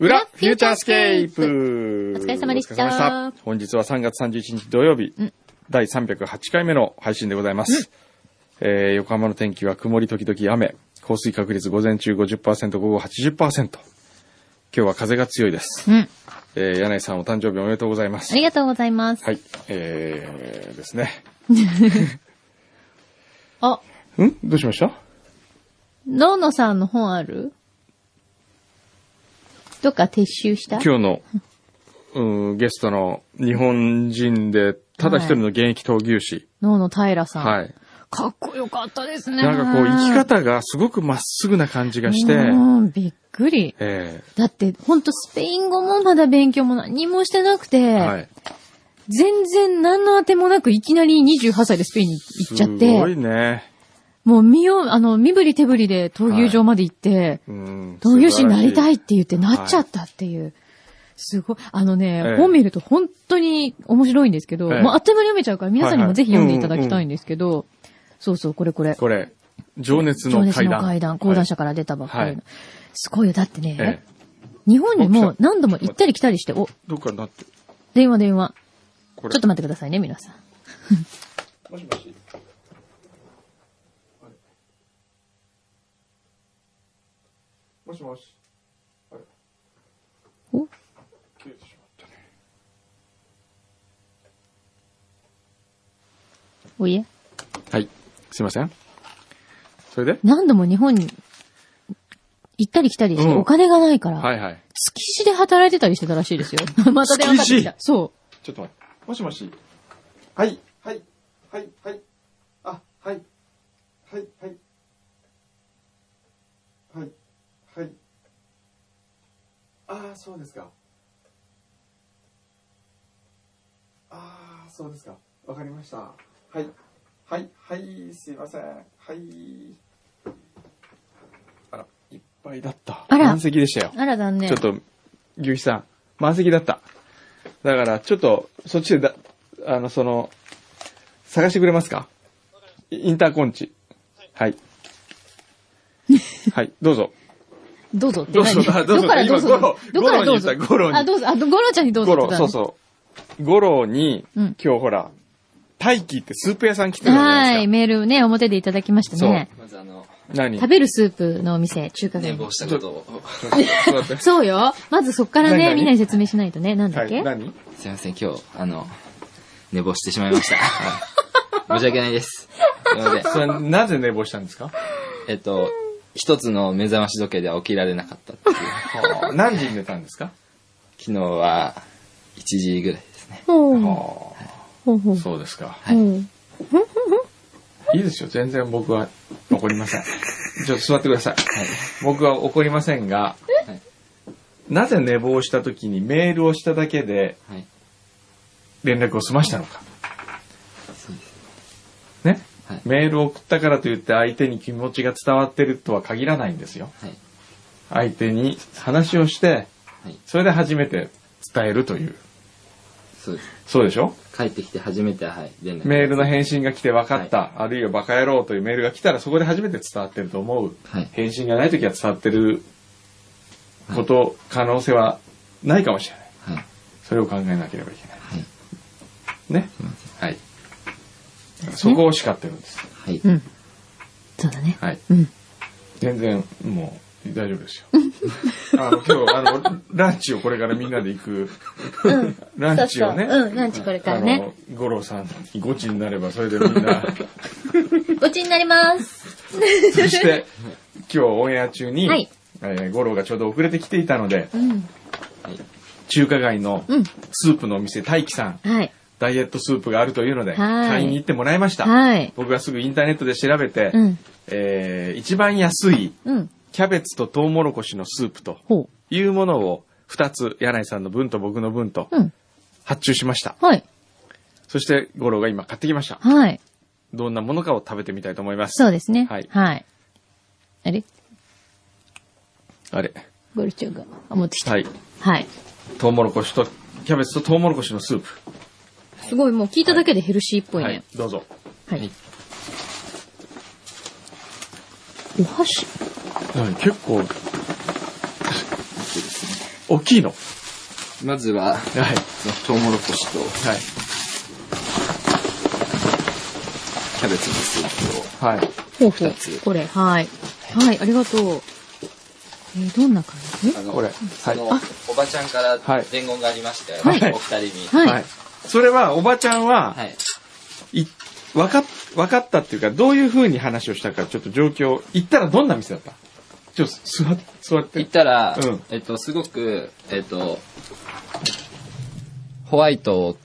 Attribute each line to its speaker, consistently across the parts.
Speaker 1: 裏フューチャースケープ
Speaker 2: お疲れ様でした
Speaker 1: お疲れ様でした本日は3月31日土曜日、第308回目の配信でございます。えー横浜の天気は曇り時々雨、降水確率午前中50%、午後80%。今日は風が強いです。
Speaker 2: うん。
Speaker 1: えー柳井さんお誕生日おめでとうございます
Speaker 2: あ。りがとうございます。
Speaker 1: はい、えー、ですね。
Speaker 2: あ、
Speaker 1: んどうしました
Speaker 2: ノーノさんの本あるどっか撤収した
Speaker 1: 今日の、うん、ゲストの日本人で、ただ一人の現役闘牛士。
Speaker 2: ノーノ平さん。
Speaker 1: はい。
Speaker 2: かっこよかったですね。
Speaker 1: なんかこう、生き方がすごくまっすぐな感じがして、
Speaker 2: うん、びっくり。
Speaker 1: え
Speaker 2: だって、ほんとスペイン語もまだ勉強も何もしてなくて、
Speaker 1: えはい。
Speaker 2: 全然何の当てもなくいきなり28歳でスペインに行っちゃっ
Speaker 1: すごい
Speaker 2: て、
Speaker 1: ね。
Speaker 2: もう身を、あの、身振り手振りで闘牛場まで行って、
Speaker 1: うん。
Speaker 2: 闘牛士になりた
Speaker 1: 素晴らし
Speaker 2: いっ
Speaker 1: い。
Speaker 2: て言ってなっちゃったっていう。すごい。あのね、
Speaker 1: ええ
Speaker 2: 本見ると本当に面白いんですけど、
Speaker 1: ええ
Speaker 2: もうあっという間に読めちゃうから皆さん
Speaker 1: は
Speaker 2: に
Speaker 1: いは
Speaker 2: も
Speaker 1: い
Speaker 2: ぜひ読んでいただきたいんですけど、そうそう、これこれ。
Speaker 1: これ、情熱
Speaker 2: 情
Speaker 1: の
Speaker 2: 熱
Speaker 1: 階
Speaker 2: の
Speaker 1: 段。
Speaker 2: 階段、講談社から出たばっかりの。
Speaker 1: はい
Speaker 2: すごいよ。だって
Speaker 1: は
Speaker 2: ね、
Speaker 1: い。ええ
Speaker 2: 日本に
Speaker 1: お
Speaker 2: も
Speaker 1: 来た
Speaker 2: 何度も行ったり来たりして、お、
Speaker 1: どっからなって、
Speaker 2: 電話電話。
Speaker 1: これ。
Speaker 2: ちょっと待ってくださいね、皆さん。
Speaker 1: もしもし。もしもし。
Speaker 2: お
Speaker 1: 切れてしまったね。
Speaker 2: おいえ。
Speaker 1: はい。すいません。それで
Speaker 2: 何度も日本に行ったり来たりして、
Speaker 1: うん
Speaker 2: お金がないから、
Speaker 1: はいはい。
Speaker 2: 月市で働いてたりしてたらしいですよ。 また電話かかってきた
Speaker 1: 築。
Speaker 2: そう。
Speaker 1: ちょっと待って。もしもし。はい。はい。はい。はい。あ、はい。はい。はい。はい。はい。ああ、そうですか。ああ、そうですか。わかりました。はい。はい。はい。すいません。はい。あら、いっぱいだった。
Speaker 2: あら
Speaker 1: 満席でしたよ。
Speaker 2: あら、残念。
Speaker 1: ちょっと、牛肥さん、満席だった。だから、ちょっと、そっちでだ、あの、その、探してくれますかイインターコンチ。はい。はい、どうぞ。
Speaker 2: どうぞって
Speaker 1: どうぞ
Speaker 2: 何
Speaker 1: あどうぞ
Speaker 2: どこからどうぞ
Speaker 1: 今ゴロ
Speaker 2: どこからどうぞ
Speaker 1: ゴロに言ったゴロに
Speaker 2: あ、どうぞ。あ、どゴロちゃんにどうぞ
Speaker 1: ゴ
Speaker 2: って言っ
Speaker 1: ロ、
Speaker 2: た
Speaker 1: そうそう。ゴロに、
Speaker 2: うん
Speaker 1: 今日ほら、大輝ってスープ屋さん来てたじゃ
Speaker 2: は
Speaker 1: ない
Speaker 2: い、
Speaker 1: で
Speaker 2: メールね、表でいただきましたね。
Speaker 3: まずあの、
Speaker 1: すか。何
Speaker 2: 食べるスープのお店、中華
Speaker 3: 寝
Speaker 2: 街。
Speaker 3: 坊したことを。
Speaker 1: そうだった
Speaker 2: そうよ。まずそっから
Speaker 1: 何
Speaker 2: ね、
Speaker 1: 何
Speaker 2: みんなに説明しないとね。なんだ
Speaker 1: は
Speaker 2: っ
Speaker 1: い、
Speaker 2: け
Speaker 1: 何
Speaker 3: すいません、今日、あの、寝坊してしまい ました。はい申し訳ないです。すいません。
Speaker 1: それはなぜ寝坊したんですか
Speaker 3: えっと、一つの目覚まし時計では起きられなかったっていう。
Speaker 1: はあ 何時に寝たんですか
Speaker 3: 昨日は、1時ぐらいですね。
Speaker 2: ほう
Speaker 1: は
Speaker 2: ほうほう
Speaker 1: あそうですか。
Speaker 3: はい
Speaker 2: ほう
Speaker 1: いいですよ。全然僕は怒りません。ちょっと座ってください。僕は怒りませんが、
Speaker 3: はい
Speaker 1: なぜ寝坊した時にメールをしただけで
Speaker 3: はい。
Speaker 1: 連絡を済ましたのか。
Speaker 3: そうです。
Speaker 1: ね、
Speaker 3: はい
Speaker 1: メールを送ったからといって相手に気持ちが伝わってるとは限らないんですよ。
Speaker 3: はい。
Speaker 1: 相手に話をして、
Speaker 3: はい。
Speaker 1: それで初めて伝えるという。
Speaker 3: そうです。
Speaker 1: そうでしょ
Speaker 3: 帰ってきて初めて、はい、連絡。
Speaker 1: メールの返信が来て分かった、あるいはバカ野郎というメールが来たらそこで初めて伝わってると思う。
Speaker 3: はい。
Speaker 1: 返信がない時は伝わってること、可能性はないかもしれない。
Speaker 3: はい。はい。
Speaker 1: それを考えなければいけない。
Speaker 3: はい。
Speaker 1: ね。
Speaker 3: すいません。
Speaker 1: はい。そこを叱ってるんです。
Speaker 3: はい。
Speaker 2: うん。そうだね。
Speaker 1: はい。
Speaker 2: うん。
Speaker 1: 全然、もう、大丈夫ですよ。あの、今日、あの、ランチをこれからみんなで行く、ランチをね、
Speaker 2: うん、ランチこれからね。
Speaker 1: あの、五郎さんにゴチになれば、それでみんな、
Speaker 2: ごちになります。
Speaker 1: そして、今日オンエア中に、
Speaker 2: はい
Speaker 1: えー五郎がちょうど遅れてきていたので、
Speaker 2: うん。
Speaker 1: 中華街の
Speaker 2: うん。
Speaker 1: スープのお店、大輝さん、
Speaker 2: はい。
Speaker 1: ダイエットスープがあるというので、
Speaker 2: はい
Speaker 1: 買いに行ってもらいました。
Speaker 2: はい。
Speaker 1: 僕がすぐインターネットで調べて、
Speaker 2: うん。
Speaker 1: えー一番安い
Speaker 2: うん。
Speaker 1: キャベツとトウモロコシのスープと
Speaker 2: ほう。
Speaker 1: いうものを二つ、柳井さんの分と僕の分と
Speaker 2: うん。
Speaker 1: 発注しました。
Speaker 2: はい。
Speaker 1: そして、五郎が今買ってきました。
Speaker 2: はい。
Speaker 1: どんなものかを食べてみたいと思います。
Speaker 2: そうですね。
Speaker 1: はい
Speaker 2: はい。あれ
Speaker 1: あれ。
Speaker 2: ゴルちゃんが、あ、持ってきた。
Speaker 1: はい。
Speaker 2: はい。
Speaker 1: トウモロコシと、キャベツとトウモロコシのスープ。
Speaker 2: すごい、もう聞いただけでヘルシーっぽい
Speaker 1: は
Speaker 2: ね
Speaker 1: い。。どうぞ。
Speaker 2: はい。
Speaker 3: はい
Speaker 2: お箸
Speaker 1: はい、結構、大きいの。
Speaker 3: まず
Speaker 1: は
Speaker 3: は、
Speaker 1: い。
Speaker 3: そのトウモロコシと
Speaker 1: はい。
Speaker 3: キャベツのスープを。
Speaker 1: はい。
Speaker 2: ほうほう
Speaker 3: 二つ。
Speaker 2: これ、はい。はい、ありがとう。えーどんな感じ
Speaker 3: あの
Speaker 1: これ
Speaker 3: その
Speaker 2: はい
Speaker 3: おばちゃんから
Speaker 1: はい
Speaker 3: 伝言がありましたよ、
Speaker 2: はい
Speaker 3: お二人に。
Speaker 2: はい。
Speaker 1: はい。それは、おばちゃんは、
Speaker 3: はい。
Speaker 1: い、わかっ、わかったっていうか、どういう風に話をしたか、ちょっと状況、行ったらどんな店だったちょっと座って、座っ。
Speaker 3: 行ってたら、
Speaker 1: うん
Speaker 3: えっと、すごく、えっと、ホワイトを、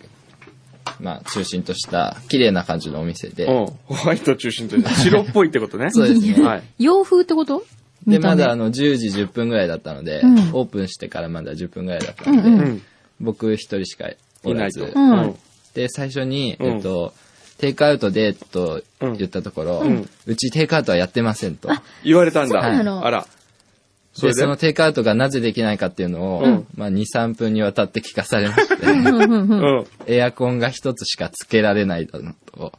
Speaker 3: まあ、中心とした、綺麗な感じのお店で、
Speaker 1: うん。ホワイトを中心と して、白っぽいってことね。
Speaker 3: そうですね
Speaker 1: はい。
Speaker 2: 洋風ってこと
Speaker 3: で、
Speaker 2: 見た
Speaker 3: ま
Speaker 2: 目
Speaker 3: だあの、10時10分ぐらいだったので、
Speaker 2: うん
Speaker 3: オープンしてからまだ10分ぐらいだったので、
Speaker 2: うん
Speaker 1: うん。
Speaker 3: 僕一人しか
Speaker 1: い
Speaker 3: お
Speaker 1: な
Speaker 3: ら
Speaker 1: いと。
Speaker 3: ず、
Speaker 2: うん
Speaker 3: で、最初に、
Speaker 1: うん
Speaker 3: えっと、テイクアウトで、と言ったところ、うんちテイクアウトはやってませんと。
Speaker 1: 言われたんだ。
Speaker 2: そうなの
Speaker 1: あら。そ
Speaker 3: で
Speaker 1: れで
Speaker 3: そのテイクアウトがなぜできないかっていうのを、
Speaker 1: うん
Speaker 3: まあ、2、3分にわたって聞かされ まして、
Speaker 1: うん。
Speaker 3: エアコンが一つしかつけられないだのと、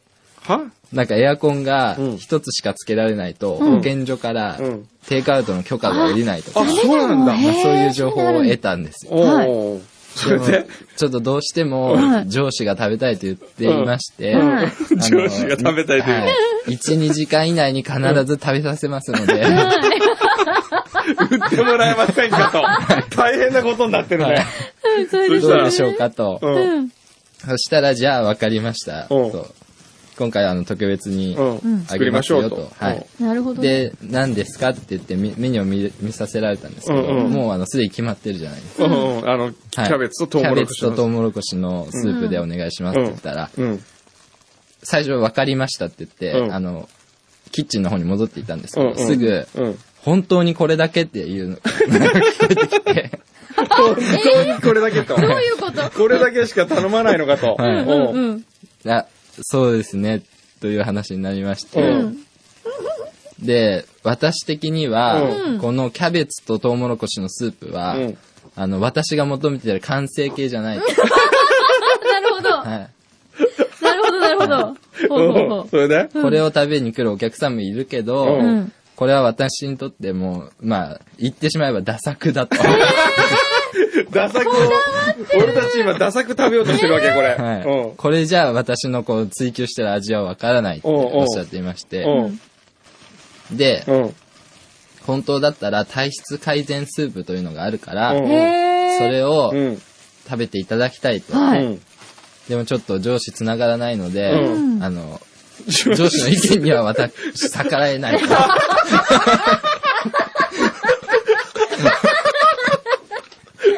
Speaker 1: は
Speaker 3: なんかエアコンが
Speaker 1: うん
Speaker 3: 一つしかつけられないと、保健所から
Speaker 1: うん
Speaker 3: テイクアウトの許可が下りないとか、
Speaker 1: あ、そうなんだ。
Speaker 3: まあ、そういう情報を得たんですよ。
Speaker 1: おおー。それ
Speaker 3: で
Speaker 1: で
Speaker 3: もちょっとどうして
Speaker 2: は
Speaker 3: も
Speaker 2: い
Speaker 3: 上司が食べたいと言っていまして、
Speaker 2: うん
Speaker 3: あの
Speaker 1: 上司が食べたいという
Speaker 3: は1、2時間以内に必ず食べさせますので、
Speaker 1: 売ってもらえませんかと。大変なことになってるね。
Speaker 2: そう
Speaker 1: そ
Speaker 2: で
Speaker 1: した
Speaker 2: す
Speaker 3: どう
Speaker 1: ら
Speaker 3: でしょうかと。
Speaker 1: うん。
Speaker 3: そしたら、じゃあ分かりました。
Speaker 1: うん
Speaker 3: と今回あの特別に
Speaker 1: うん。
Speaker 3: あ
Speaker 1: 作
Speaker 3: げ
Speaker 1: り
Speaker 3: ま
Speaker 1: ますしょ
Speaker 3: よ
Speaker 1: う
Speaker 3: と
Speaker 1: と。。
Speaker 3: はい。
Speaker 2: なるほどね。
Speaker 3: で、何ですかって言ってメメニューを見見させられたんですけど、
Speaker 1: うんうん
Speaker 3: もうあのすでに決まってるじゃないですか。
Speaker 1: うんうん。あの、キ
Speaker 3: はい
Speaker 1: ャベツとトウモロコシ
Speaker 3: キャベツとトウ
Speaker 1: の。
Speaker 3: モロコシのスープでお願いしますって言ったら、
Speaker 1: うん。
Speaker 3: 最初分かりましたって言って、
Speaker 1: うん
Speaker 3: あの、キッチンの方に戻っていたんですけど、
Speaker 1: うんうん
Speaker 3: すぐ、
Speaker 1: うん。
Speaker 3: 本当にこれだけっていうの
Speaker 1: 本当にこれだけと。
Speaker 2: どういうこと
Speaker 1: これだけしか頼まないのかと。
Speaker 3: はい
Speaker 2: うん
Speaker 1: うん
Speaker 2: うん。
Speaker 3: あ、そうですね、という話になりまして、
Speaker 1: うん
Speaker 3: で、私的には、
Speaker 1: う
Speaker 3: このキャベツとトウモロコシのスープは、
Speaker 1: うん
Speaker 3: あの、私が求めてる完成形じゃない と。
Speaker 2: なるほど。
Speaker 3: はい
Speaker 2: なるほど、なるほど。ほうほうほ
Speaker 1: うんそれで
Speaker 3: これを食べに来るお客さんもいるけど、
Speaker 1: うん
Speaker 3: これは私にとってもう、まあ、言ってしまえばダ作だと。
Speaker 1: ダサクを、俺たち今ダサク食べようとしてるわけ、これ。
Speaker 3: はい、これじゃあ私のこう追求してる味はわからないっておっしゃっていまし
Speaker 1: う
Speaker 3: て、
Speaker 1: ん。
Speaker 3: で、
Speaker 1: うん。うん。
Speaker 3: 本当だったら体質改善スープというのがあるから、
Speaker 1: うん
Speaker 3: そ
Speaker 2: ど。へー。
Speaker 3: れを
Speaker 1: うん。
Speaker 3: 食べていただきたいと。
Speaker 1: う
Speaker 2: はい。
Speaker 1: ん。
Speaker 3: でもちょっと上司つながらないので、
Speaker 1: う
Speaker 3: あの、上司の意見には私逆らえ ないと。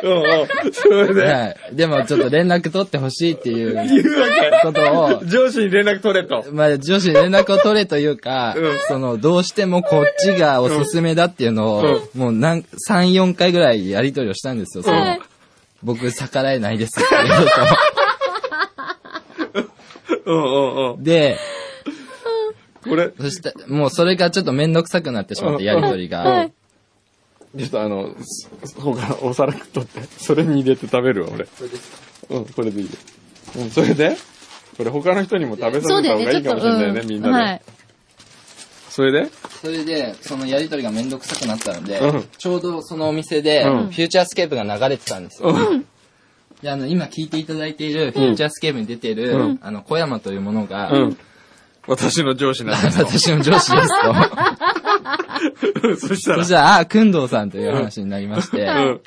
Speaker 1: うん。それで、
Speaker 3: はい、でもちょっと連絡取ってほしいっていう
Speaker 1: 言うわけ。
Speaker 3: ことを、
Speaker 1: 上司に連絡取れと。
Speaker 3: まあ、女子に連絡を取れというか、
Speaker 1: うん
Speaker 3: その、どうしてもこっちがおすすめだっていうのを、もうなん、3、4回ぐらいやり取りをしたんですよ。その
Speaker 2: はい
Speaker 3: 僕逆らえないですっていうこ
Speaker 1: うんうんうん
Speaker 3: と。。で、
Speaker 1: これ、
Speaker 3: そして、もうそれがちょっとめんどくさくなってしまって、やり取り
Speaker 2: は
Speaker 3: が。
Speaker 2: い。
Speaker 1: ちょっとあの、すそうか、お皿取って、それに入れて食べるわ、俺。うん、これでいいよ。うん、それでこれ他の人にも食べさせた
Speaker 2: そ
Speaker 1: 方
Speaker 2: うだ
Speaker 1: が
Speaker 2: よね、ち
Speaker 1: い
Speaker 2: ょ
Speaker 1: い
Speaker 2: っ
Speaker 1: か
Speaker 2: と。
Speaker 1: もしれないね、みんなで。
Speaker 2: はい。
Speaker 1: それで
Speaker 3: それで、そのやり取りがめんどくさくなったので、
Speaker 1: うん
Speaker 3: ちょうどそのお店で、
Speaker 1: うん
Speaker 3: フューチャースケープが流れてたんですよ。
Speaker 1: うん。
Speaker 3: で、あの、今聞いていただいている、フューチャースケープに出てる、あの、小山というものが、
Speaker 1: うん。私の上司なんです
Speaker 3: 私の上司です
Speaker 1: よ。
Speaker 3: と。
Speaker 1: そ した
Speaker 3: そ
Speaker 1: ら
Speaker 3: し、たら、あ、くんどうさんという話になりまして、
Speaker 1: うん。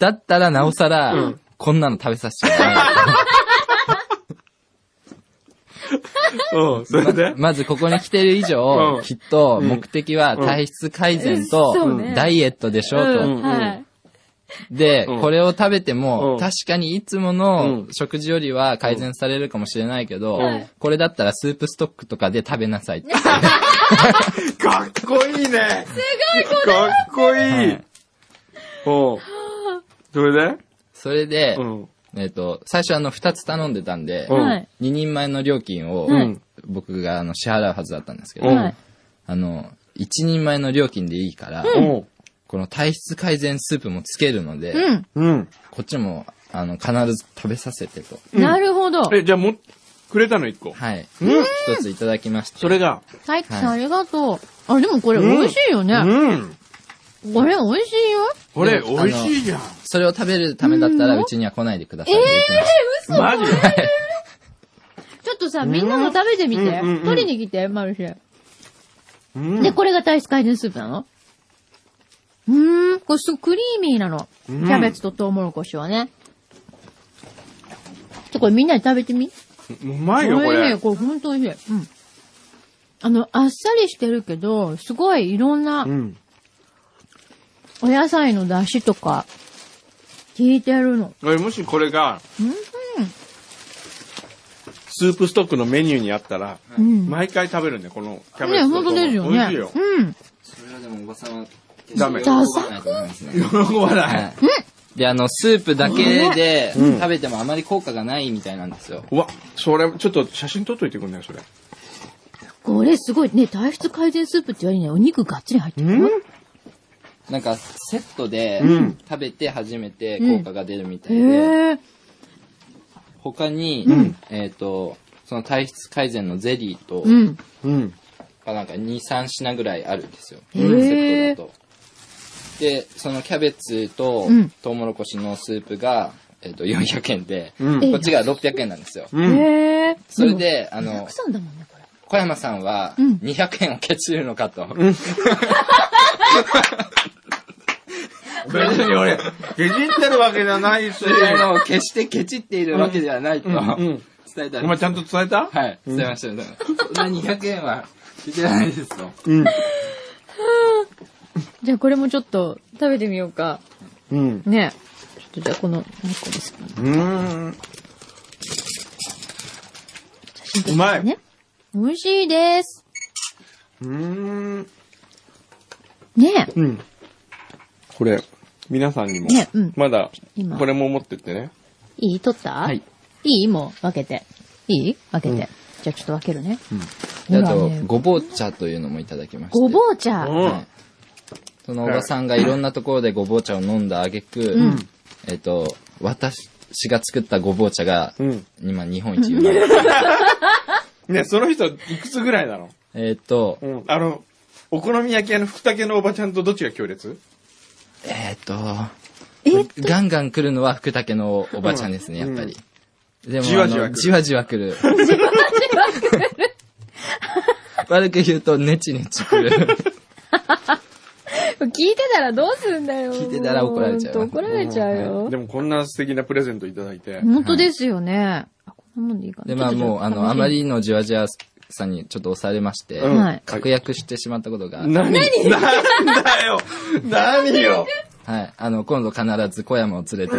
Speaker 3: だったらなおさら、こんなの食べさせてもら
Speaker 1: うん、そ れ
Speaker 3: え、
Speaker 1: で
Speaker 3: まずここに来てる以上、
Speaker 1: うん
Speaker 3: きっと目的は体質改善と
Speaker 2: うんそうね
Speaker 3: ダイエットでしょうと。
Speaker 2: うんはい。
Speaker 3: で、
Speaker 1: うん
Speaker 3: これを食べて
Speaker 1: う
Speaker 3: も、
Speaker 1: ん
Speaker 3: 確かにいつもの食事よりは改善されるかもしれないけど、
Speaker 2: うん
Speaker 3: これだったらスープストックとかで食べなさいって。
Speaker 1: かっこいいねすごいこれかっこいい、
Speaker 3: はい
Speaker 1: おうそれで
Speaker 3: それで、
Speaker 1: うん。
Speaker 3: えっ、と、最初あの、二つ頼んでたんで、
Speaker 1: うん
Speaker 2: はい。
Speaker 3: 二人前の料金を
Speaker 1: うん、
Speaker 3: 僕があの支払うはずだったんですけど、
Speaker 1: うん
Speaker 2: はい。
Speaker 3: あの、一人前の料金でいいから、
Speaker 1: うん。
Speaker 3: この体質改善スープもつけるので、
Speaker 2: うん。
Speaker 1: うん。
Speaker 3: こっちも、あの、必ず食べさせてと。
Speaker 1: うん
Speaker 2: なるほど。
Speaker 1: え、じゃあも、くれたの一個。
Speaker 3: はい。一、
Speaker 1: うん
Speaker 3: ついただきまして。
Speaker 1: それが。
Speaker 2: 大輝さんありがとう。あ、でもこれ美味しいよ
Speaker 1: う
Speaker 2: ね。
Speaker 1: ん。
Speaker 2: これ美味しいよ。
Speaker 1: これ、
Speaker 3: うん
Speaker 1: 美味しいじゃん。
Speaker 3: それを食べるためだったら、うちには来ないでくださいって言ってまし
Speaker 1: マジ
Speaker 2: ちょっとさ、みんなも食べてみて
Speaker 1: うんうんうん。
Speaker 2: 取りに来て、マルシェ。
Speaker 1: うん
Speaker 2: で、これが大使海鮮スープなのうーん、これすごいクリーミーなの。キ
Speaker 1: うん
Speaker 2: ャベツとトウモロコシはね。ちょ、これみんなで食べてみ。
Speaker 1: うまいよ、こ
Speaker 2: おいし
Speaker 1: れ
Speaker 2: い。これほんとおいしい。うん。あの、あっさりしてるけど、すごいいろんな
Speaker 1: うん。
Speaker 2: お野菜の出汁とか、効いてるの。
Speaker 1: 俺もしこれが、スープストックのメニューにあったら、
Speaker 2: うん。ね、
Speaker 1: 毎回食べるね、このキャベツと。
Speaker 2: ほんとですよね。
Speaker 1: 美味しいよ。
Speaker 2: うん。
Speaker 3: た。それはでも、おばさんは、
Speaker 1: ダメ
Speaker 2: ダサく
Speaker 3: く
Speaker 1: 喜ばない。
Speaker 3: はい。で、あの、スープだけで食べてもあまり効果がないみたいなんですよ。
Speaker 1: うわ、それ、ちょっと写真撮っといてくんないそれ。
Speaker 2: これすごい。ね、体質改善スープって言われね、お肉がっつり入ってる。
Speaker 3: なんか、セットで
Speaker 1: うん
Speaker 3: 食べて初めて
Speaker 2: うん
Speaker 3: 効果が出るみたいで、
Speaker 2: へえ。
Speaker 3: 他に、えっ、と、その体質改善のゼリーと、
Speaker 2: うん。
Speaker 1: うん。
Speaker 3: がなんか2、3品ぐらいあるんですよ。
Speaker 2: へ
Speaker 3: セ
Speaker 2: ー
Speaker 3: ットだと。で、そのキャベツと
Speaker 2: うん
Speaker 3: トウモロコシのスープが、えっ、と、400円で、
Speaker 1: うん
Speaker 3: こっちが600円なんですよ。
Speaker 1: うん。
Speaker 2: へえ。
Speaker 3: それで、あの
Speaker 2: たく、さんだもんね、これ。
Speaker 3: 小山さんは、
Speaker 2: うん
Speaker 3: 200円をケチるのかと。
Speaker 1: 別に俺、けじってるわけじゃないし。
Speaker 3: そういうのを決してケチっているわけではないと、
Speaker 1: うん。
Speaker 3: 伝えた
Speaker 1: お前
Speaker 3: ら。
Speaker 1: ちゃんと伝えた
Speaker 3: はい、伝えましたよ。そんな200円は、ケチらないですと。
Speaker 1: うん。
Speaker 2: じゃあこれもちょっと食べてみようか。
Speaker 1: うん。
Speaker 2: ね。ちょっとじゃあこの、もう一個です。
Speaker 1: うん。うまい。
Speaker 2: ね。美味しいです。
Speaker 1: うん。
Speaker 2: ね
Speaker 1: うん。これ、皆さんにも
Speaker 2: ねうん、
Speaker 1: まだ
Speaker 2: 今、
Speaker 1: これも持ってってね。
Speaker 2: いい取った
Speaker 3: はい。
Speaker 2: いいもう分けて。いい分けて。じゃあちょっと分けるね。
Speaker 3: であ
Speaker 2: ほら
Speaker 3: と
Speaker 2: ね、
Speaker 3: ごぼう茶というのもいただきまして。
Speaker 2: ごぼう茶。
Speaker 1: うん。
Speaker 3: そのおばさんがいろんなところでごぼう茶を飲んだ挙句、
Speaker 2: ん
Speaker 3: えっ、と、私が作ったごぼう茶が、
Speaker 1: うん
Speaker 3: 今日本一有 名です。
Speaker 1: ね、その人、いくつぐらいなの
Speaker 3: えっと、
Speaker 1: うん。あの、お好み焼き屋の福竹のおばちゃんとどっちが強烈
Speaker 3: えっ、と、
Speaker 2: えっ
Speaker 3: ガンガン来るのは福竹のおばちゃんですね、やっぱり。でも
Speaker 1: じわじわ
Speaker 3: あ
Speaker 1: 来
Speaker 3: の
Speaker 1: る
Speaker 3: じわじわ来る。悪く言うと、ネチネチ来る。
Speaker 2: 聞いてたらどうすんだよ。
Speaker 3: 聞いてたら怒られちゃう
Speaker 2: ほんと怒られちゃうよ
Speaker 1: で。もこんな素敵なプレゼントいただいて。
Speaker 2: 本当ですよね。あこんなもんでいいかな。
Speaker 3: で、まあ
Speaker 2: ちょっとじゃ
Speaker 3: もう、あの、あま。りのじわじわさにちょっと押されまして、
Speaker 1: うん
Speaker 2: はい
Speaker 3: 確約してしまったことが、
Speaker 1: 何なんだよ何よ
Speaker 3: はい。あの、今度必ず小山を連れて。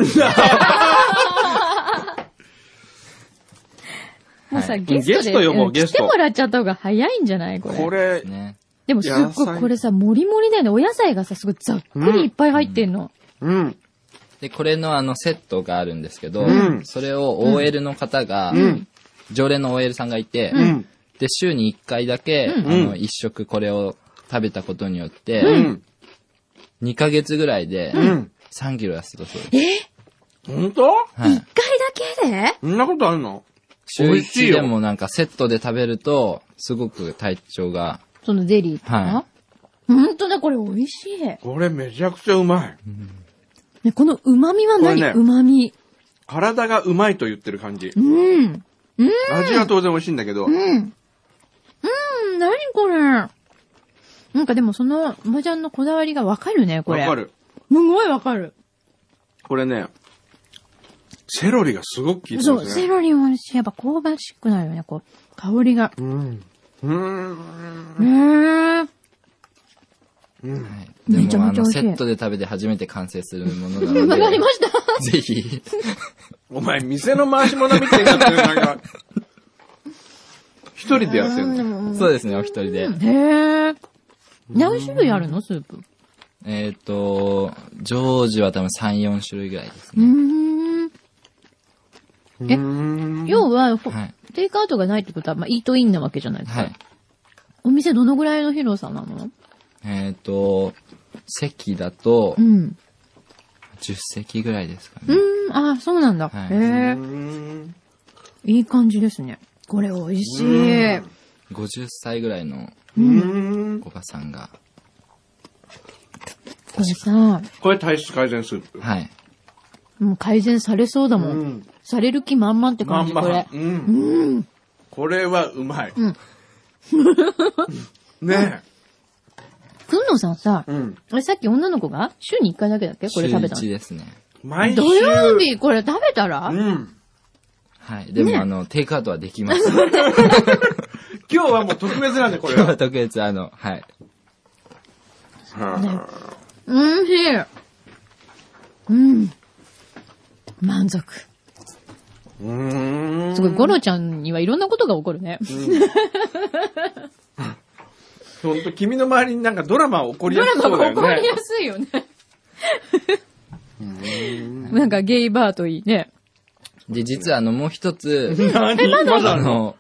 Speaker 2: もうさ、
Speaker 3: はい
Speaker 2: ゲストで
Speaker 1: ゲストよもう
Speaker 2: うん
Speaker 1: ゲスト
Speaker 2: 来てもらっちゃった方が早いんじゃないこれ。
Speaker 1: これ、
Speaker 3: ね。
Speaker 2: でもすっ
Speaker 1: 野
Speaker 2: ごい
Speaker 1: 菜
Speaker 2: これさ、もりもりだよね。お野菜がさ、すごいざっくりいっぱい入ってんの。
Speaker 1: うん。
Speaker 3: で、これのあのセットがあるんですけど、
Speaker 1: うん
Speaker 3: それを OL の方が、
Speaker 1: ん
Speaker 3: 常連の OL さんがいて、
Speaker 1: ん
Speaker 3: で、週に1回だけ、
Speaker 2: うん
Speaker 3: あの、1食これを食べたことによって、
Speaker 1: うん。
Speaker 3: 2ヶ月ぐらいで、
Speaker 1: うん。
Speaker 3: 3キロ痩せたそうです。
Speaker 1: 本当
Speaker 3: はい。
Speaker 2: 一回だけで
Speaker 1: そんなことあるの
Speaker 3: 週
Speaker 1: 美味しいよ
Speaker 3: 1でもなんかセットで食べると、すごく体調が、
Speaker 2: そのゼリーと
Speaker 3: は
Speaker 2: か。ほんとだ、これ美味しい。ね、
Speaker 1: これめちゃくちゃうまい。
Speaker 2: この旨味は何
Speaker 1: これね
Speaker 2: 旨味。
Speaker 1: 体がうまいと言ってる感じ。
Speaker 2: うん。
Speaker 1: 味は当然美味しいんだけど。
Speaker 2: うん。うん、何これ。なんかでもその、おばちゃんのこだわりがわかるね、これ。
Speaker 1: わか。る。
Speaker 2: すごいわかる。
Speaker 1: これね、セロリがすごく効いてます
Speaker 2: そ
Speaker 1: ね。
Speaker 2: う、セロリも美味しい。やっぱ香ばしくなるよね、こう。香りが。
Speaker 1: うん。うーん。
Speaker 2: ねえ。
Speaker 3: はい、
Speaker 2: めち
Speaker 3: で
Speaker 2: ゃ
Speaker 3: も
Speaker 2: め
Speaker 3: あ
Speaker 2: ちゃ美
Speaker 3: の、
Speaker 2: 味しい
Speaker 3: セットで食べて初めて完成するもの な
Speaker 2: わか
Speaker 3: の
Speaker 2: り
Speaker 3: で
Speaker 2: ま、した。
Speaker 3: ぜひ、
Speaker 1: お前、店の回し物みたいになってるなんか。一人でやってんの
Speaker 3: そうですね、お一人で。
Speaker 2: へえ。何種類あるのスープ。
Speaker 3: えっ、と、常時は多分3、4種類ぐらいです
Speaker 2: う
Speaker 3: ね。
Speaker 2: ーん。え要は、ほ
Speaker 3: はい
Speaker 2: テイクアウトがないってことは、まあ、イートインなわけじゃないですか。
Speaker 3: はい。
Speaker 2: お店どのぐらいの広さなの
Speaker 3: えっ、と、席だと
Speaker 2: う、ん。
Speaker 3: 10席ぐらいですか
Speaker 2: う
Speaker 3: ね。
Speaker 2: ーん、あーそうなんだ。
Speaker 3: はい
Speaker 2: へえ。いい感じですね。これ美味しい。う
Speaker 3: 50歳ぐらいの
Speaker 1: うん。
Speaker 3: おばさんが、
Speaker 2: これさ、
Speaker 1: これ体質改善スープ。
Speaker 3: はい。
Speaker 2: もう改善されそうだもん。
Speaker 1: うん
Speaker 2: される気満々って
Speaker 1: ま
Speaker 2: 感
Speaker 1: ん
Speaker 2: じ、
Speaker 1: ま
Speaker 2: これ。
Speaker 1: うん。これはうまい。 ね
Speaker 2: くんのさんさ、
Speaker 1: え。うん。
Speaker 2: あれさっき女の子が週に1回だけだっけこれ食べたの
Speaker 3: 週。一ですね。
Speaker 1: 毎週。
Speaker 2: 土曜日これ食べたら、
Speaker 1: うん。
Speaker 3: はい。でも、
Speaker 2: ね
Speaker 3: あの、テイクアウトはでき ます。
Speaker 1: 今日はもう特別なんで、これ
Speaker 3: 今日 は
Speaker 1: は。
Speaker 3: 特別、あの、はい。
Speaker 1: は
Speaker 2: うん、しい。うん。満足。
Speaker 1: いうーん。
Speaker 2: すごい、ゴロちゃんにはいろんなことが起こるね。
Speaker 1: ほんと、君の周りになんかドラマ起こり
Speaker 2: ド
Speaker 1: や
Speaker 2: ラ
Speaker 1: すそう
Speaker 2: マ
Speaker 1: だ
Speaker 2: が起
Speaker 1: よ
Speaker 2: こり
Speaker 1: ね
Speaker 2: や。すいよね。なんかゲイバーといいね。
Speaker 3: で、実は、あの、もう一つ、
Speaker 1: 何まだ
Speaker 3: あ
Speaker 1: あるの
Speaker 3: の、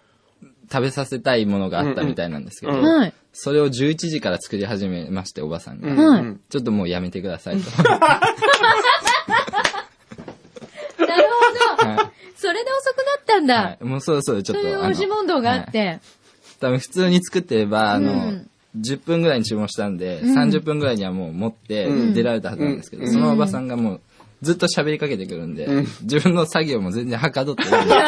Speaker 3: 食べさせたいものがあったみたいなんですけど、
Speaker 1: うん
Speaker 2: はい。
Speaker 3: それを11時から作り始めまして、おばさん
Speaker 1: う
Speaker 3: が。
Speaker 1: ん
Speaker 2: はい
Speaker 1: うん
Speaker 3: ちょっともうやめてください と。
Speaker 2: なるほど。
Speaker 3: は
Speaker 2: それで遅くなったん
Speaker 3: い。
Speaker 2: だ。
Speaker 3: はい、もうそうそう、ちょ
Speaker 2: そ
Speaker 3: っ
Speaker 2: う
Speaker 3: と。
Speaker 2: いう
Speaker 3: あの
Speaker 2: 押し問答があっ。
Speaker 3: はい
Speaker 2: て。
Speaker 3: 多分普通に作ってれば、あの、
Speaker 2: うん
Speaker 3: 10分ぐらいに注文したんで、
Speaker 2: うん
Speaker 3: 30分ぐらいにはもう持って
Speaker 1: うん
Speaker 3: 出られたはずなんですけど、
Speaker 1: うん
Speaker 3: そのおばさんがもうずっと喋りかけてくるんで、
Speaker 1: うん
Speaker 3: 自分の作業も全然はかどってないんで、は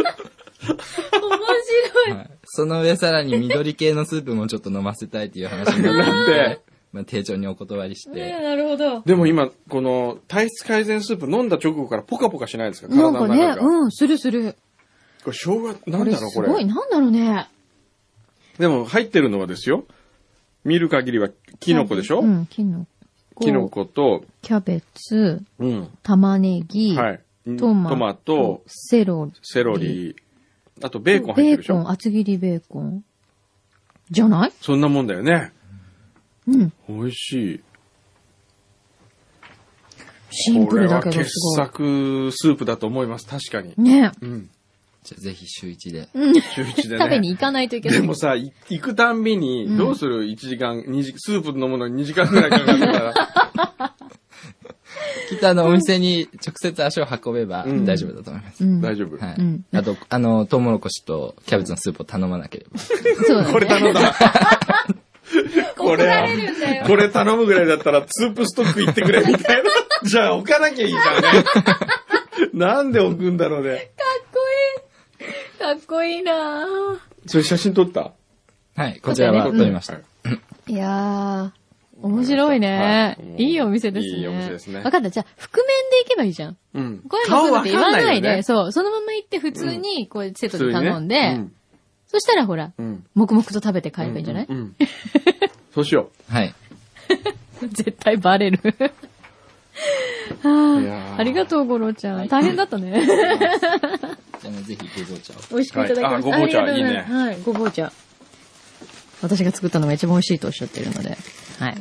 Speaker 2: 面白い。
Speaker 3: いその上さらに緑系のスープもちょっと飲ませたいっていう話になった
Speaker 1: だっ
Speaker 3: ん
Speaker 1: て
Speaker 3: で、。まあ、丁重にお断りし
Speaker 2: ね
Speaker 3: て、
Speaker 2: なるほど。
Speaker 1: でも今、この体質改善スープ飲んだ直後からポカポカしないですか体
Speaker 2: な
Speaker 1: の
Speaker 2: んか
Speaker 1: 中が。
Speaker 2: ね、うん、するする。
Speaker 1: これ生姜、な
Speaker 2: こ
Speaker 1: ん
Speaker 2: れ
Speaker 1: だろう
Speaker 2: す
Speaker 1: こ
Speaker 2: ご
Speaker 1: れ。
Speaker 2: い、なんだろうね。
Speaker 1: でも入ってるのはですよ。見る限りはキノコでしょ
Speaker 2: うん、キノコ。
Speaker 1: キノ。コと、
Speaker 2: キャベツ、
Speaker 1: うん。
Speaker 2: 玉ねぎ、
Speaker 1: はい。
Speaker 2: トマ
Speaker 1: ト、
Speaker 2: ト、セロリ、
Speaker 1: セロリ、あとベーコン入ってるでし
Speaker 2: ベーコン
Speaker 1: ょ
Speaker 2: 厚切りベーコン。じゃない
Speaker 1: そんなもんだよね。
Speaker 2: うん。
Speaker 1: 美味し
Speaker 2: シ
Speaker 1: い。
Speaker 2: ン
Speaker 1: こ
Speaker 2: プ
Speaker 1: れ
Speaker 2: ルだ
Speaker 1: は
Speaker 2: け
Speaker 1: 傑
Speaker 2: どすご
Speaker 1: 作スープだと思います。確かに。
Speaker 2: い。ね
Speaker 1: うん。
Speaker 3: じゃあぜひ週一で。
Speaker 1: 週一でね。
Speaker 2: 食べに行かないといけな
Speaker 1: で
Speaker 2: い。
Speaker 1: もさ、い行くたんび
Speaker 2: う
Speaker 1: に、
Speaker 2: ん
Speaker 1: どうする ?1 時間、二時、スープ飲むのに2時間くらいかかるから。
Speaker 3: きっとあのお店に直接足を運べば
Speaker 1: うん
Speaker 3: 大丈夫だと思います。
Speaker 2: うん
Speaker 1: 大丈夫。
Speaker 3: はい
Speaker 2: うん
Speaker 3: あと、あの、トウモロコシとキャベツのスープを頼まなければ。
Speaker 2: そうだね。
Speaker 1: これ頼んだ。これ
Speaker 2: 怒られるんだ よ。
Speaker 1: これ頼むぐらいだったら、スープストック行ってく れ、みたいな。じゃあ置かなきゃいいじゃんね。 なんで置くんだろうね。
Speaker 2: かっこいいなぁ。
Speaker 1: それ写真撮った
Speaker 3: はい、こちらは
Speaker 2: うん
Speaker 3: 取りました。
Speaker 2: いやー、面白いね。
Speaker 1: はい
Speaker 2: いいお店ですね。
Speaker 1: いいお店ですね
Speaker 2: わかった。じゃあ、覆面で行けばいいじゃん。
Speaker 1: うん。
Speaker 2: こういうのそうだって言わない
Speaker 1: よね
Speaker 2: で、そう、そのまま行って普通に、こう、セットで頼んで、
Speaker 1: 普通にね
Speaker 2: そしたらほら、
Speaker 1: うん。うん
Speaker 2: 黙々と食べて帰ればいいんじゃない、
Speaker 1: うん うんそうしよ
Speaker 3: はい。
Speaker 2: 絶対バレる。
Speaker 1: いや
Speaker 2: はあ、
Speaker 1: ー
Speaker 2: ありがとう、ゴロちゃん。大変だっ たね。
Speaker 3: じゃあね、ぜひご蔵茶を。
Speaker 2: 美味しくいただきました。
Speaker 1: はいあごぼう茶
Speaker 2: ありがとうござます
Speaker 1: いい
Speaker 2: はい、ごぼう茶。私が作ったのが一番美味しいとおっしゃってるので。はい。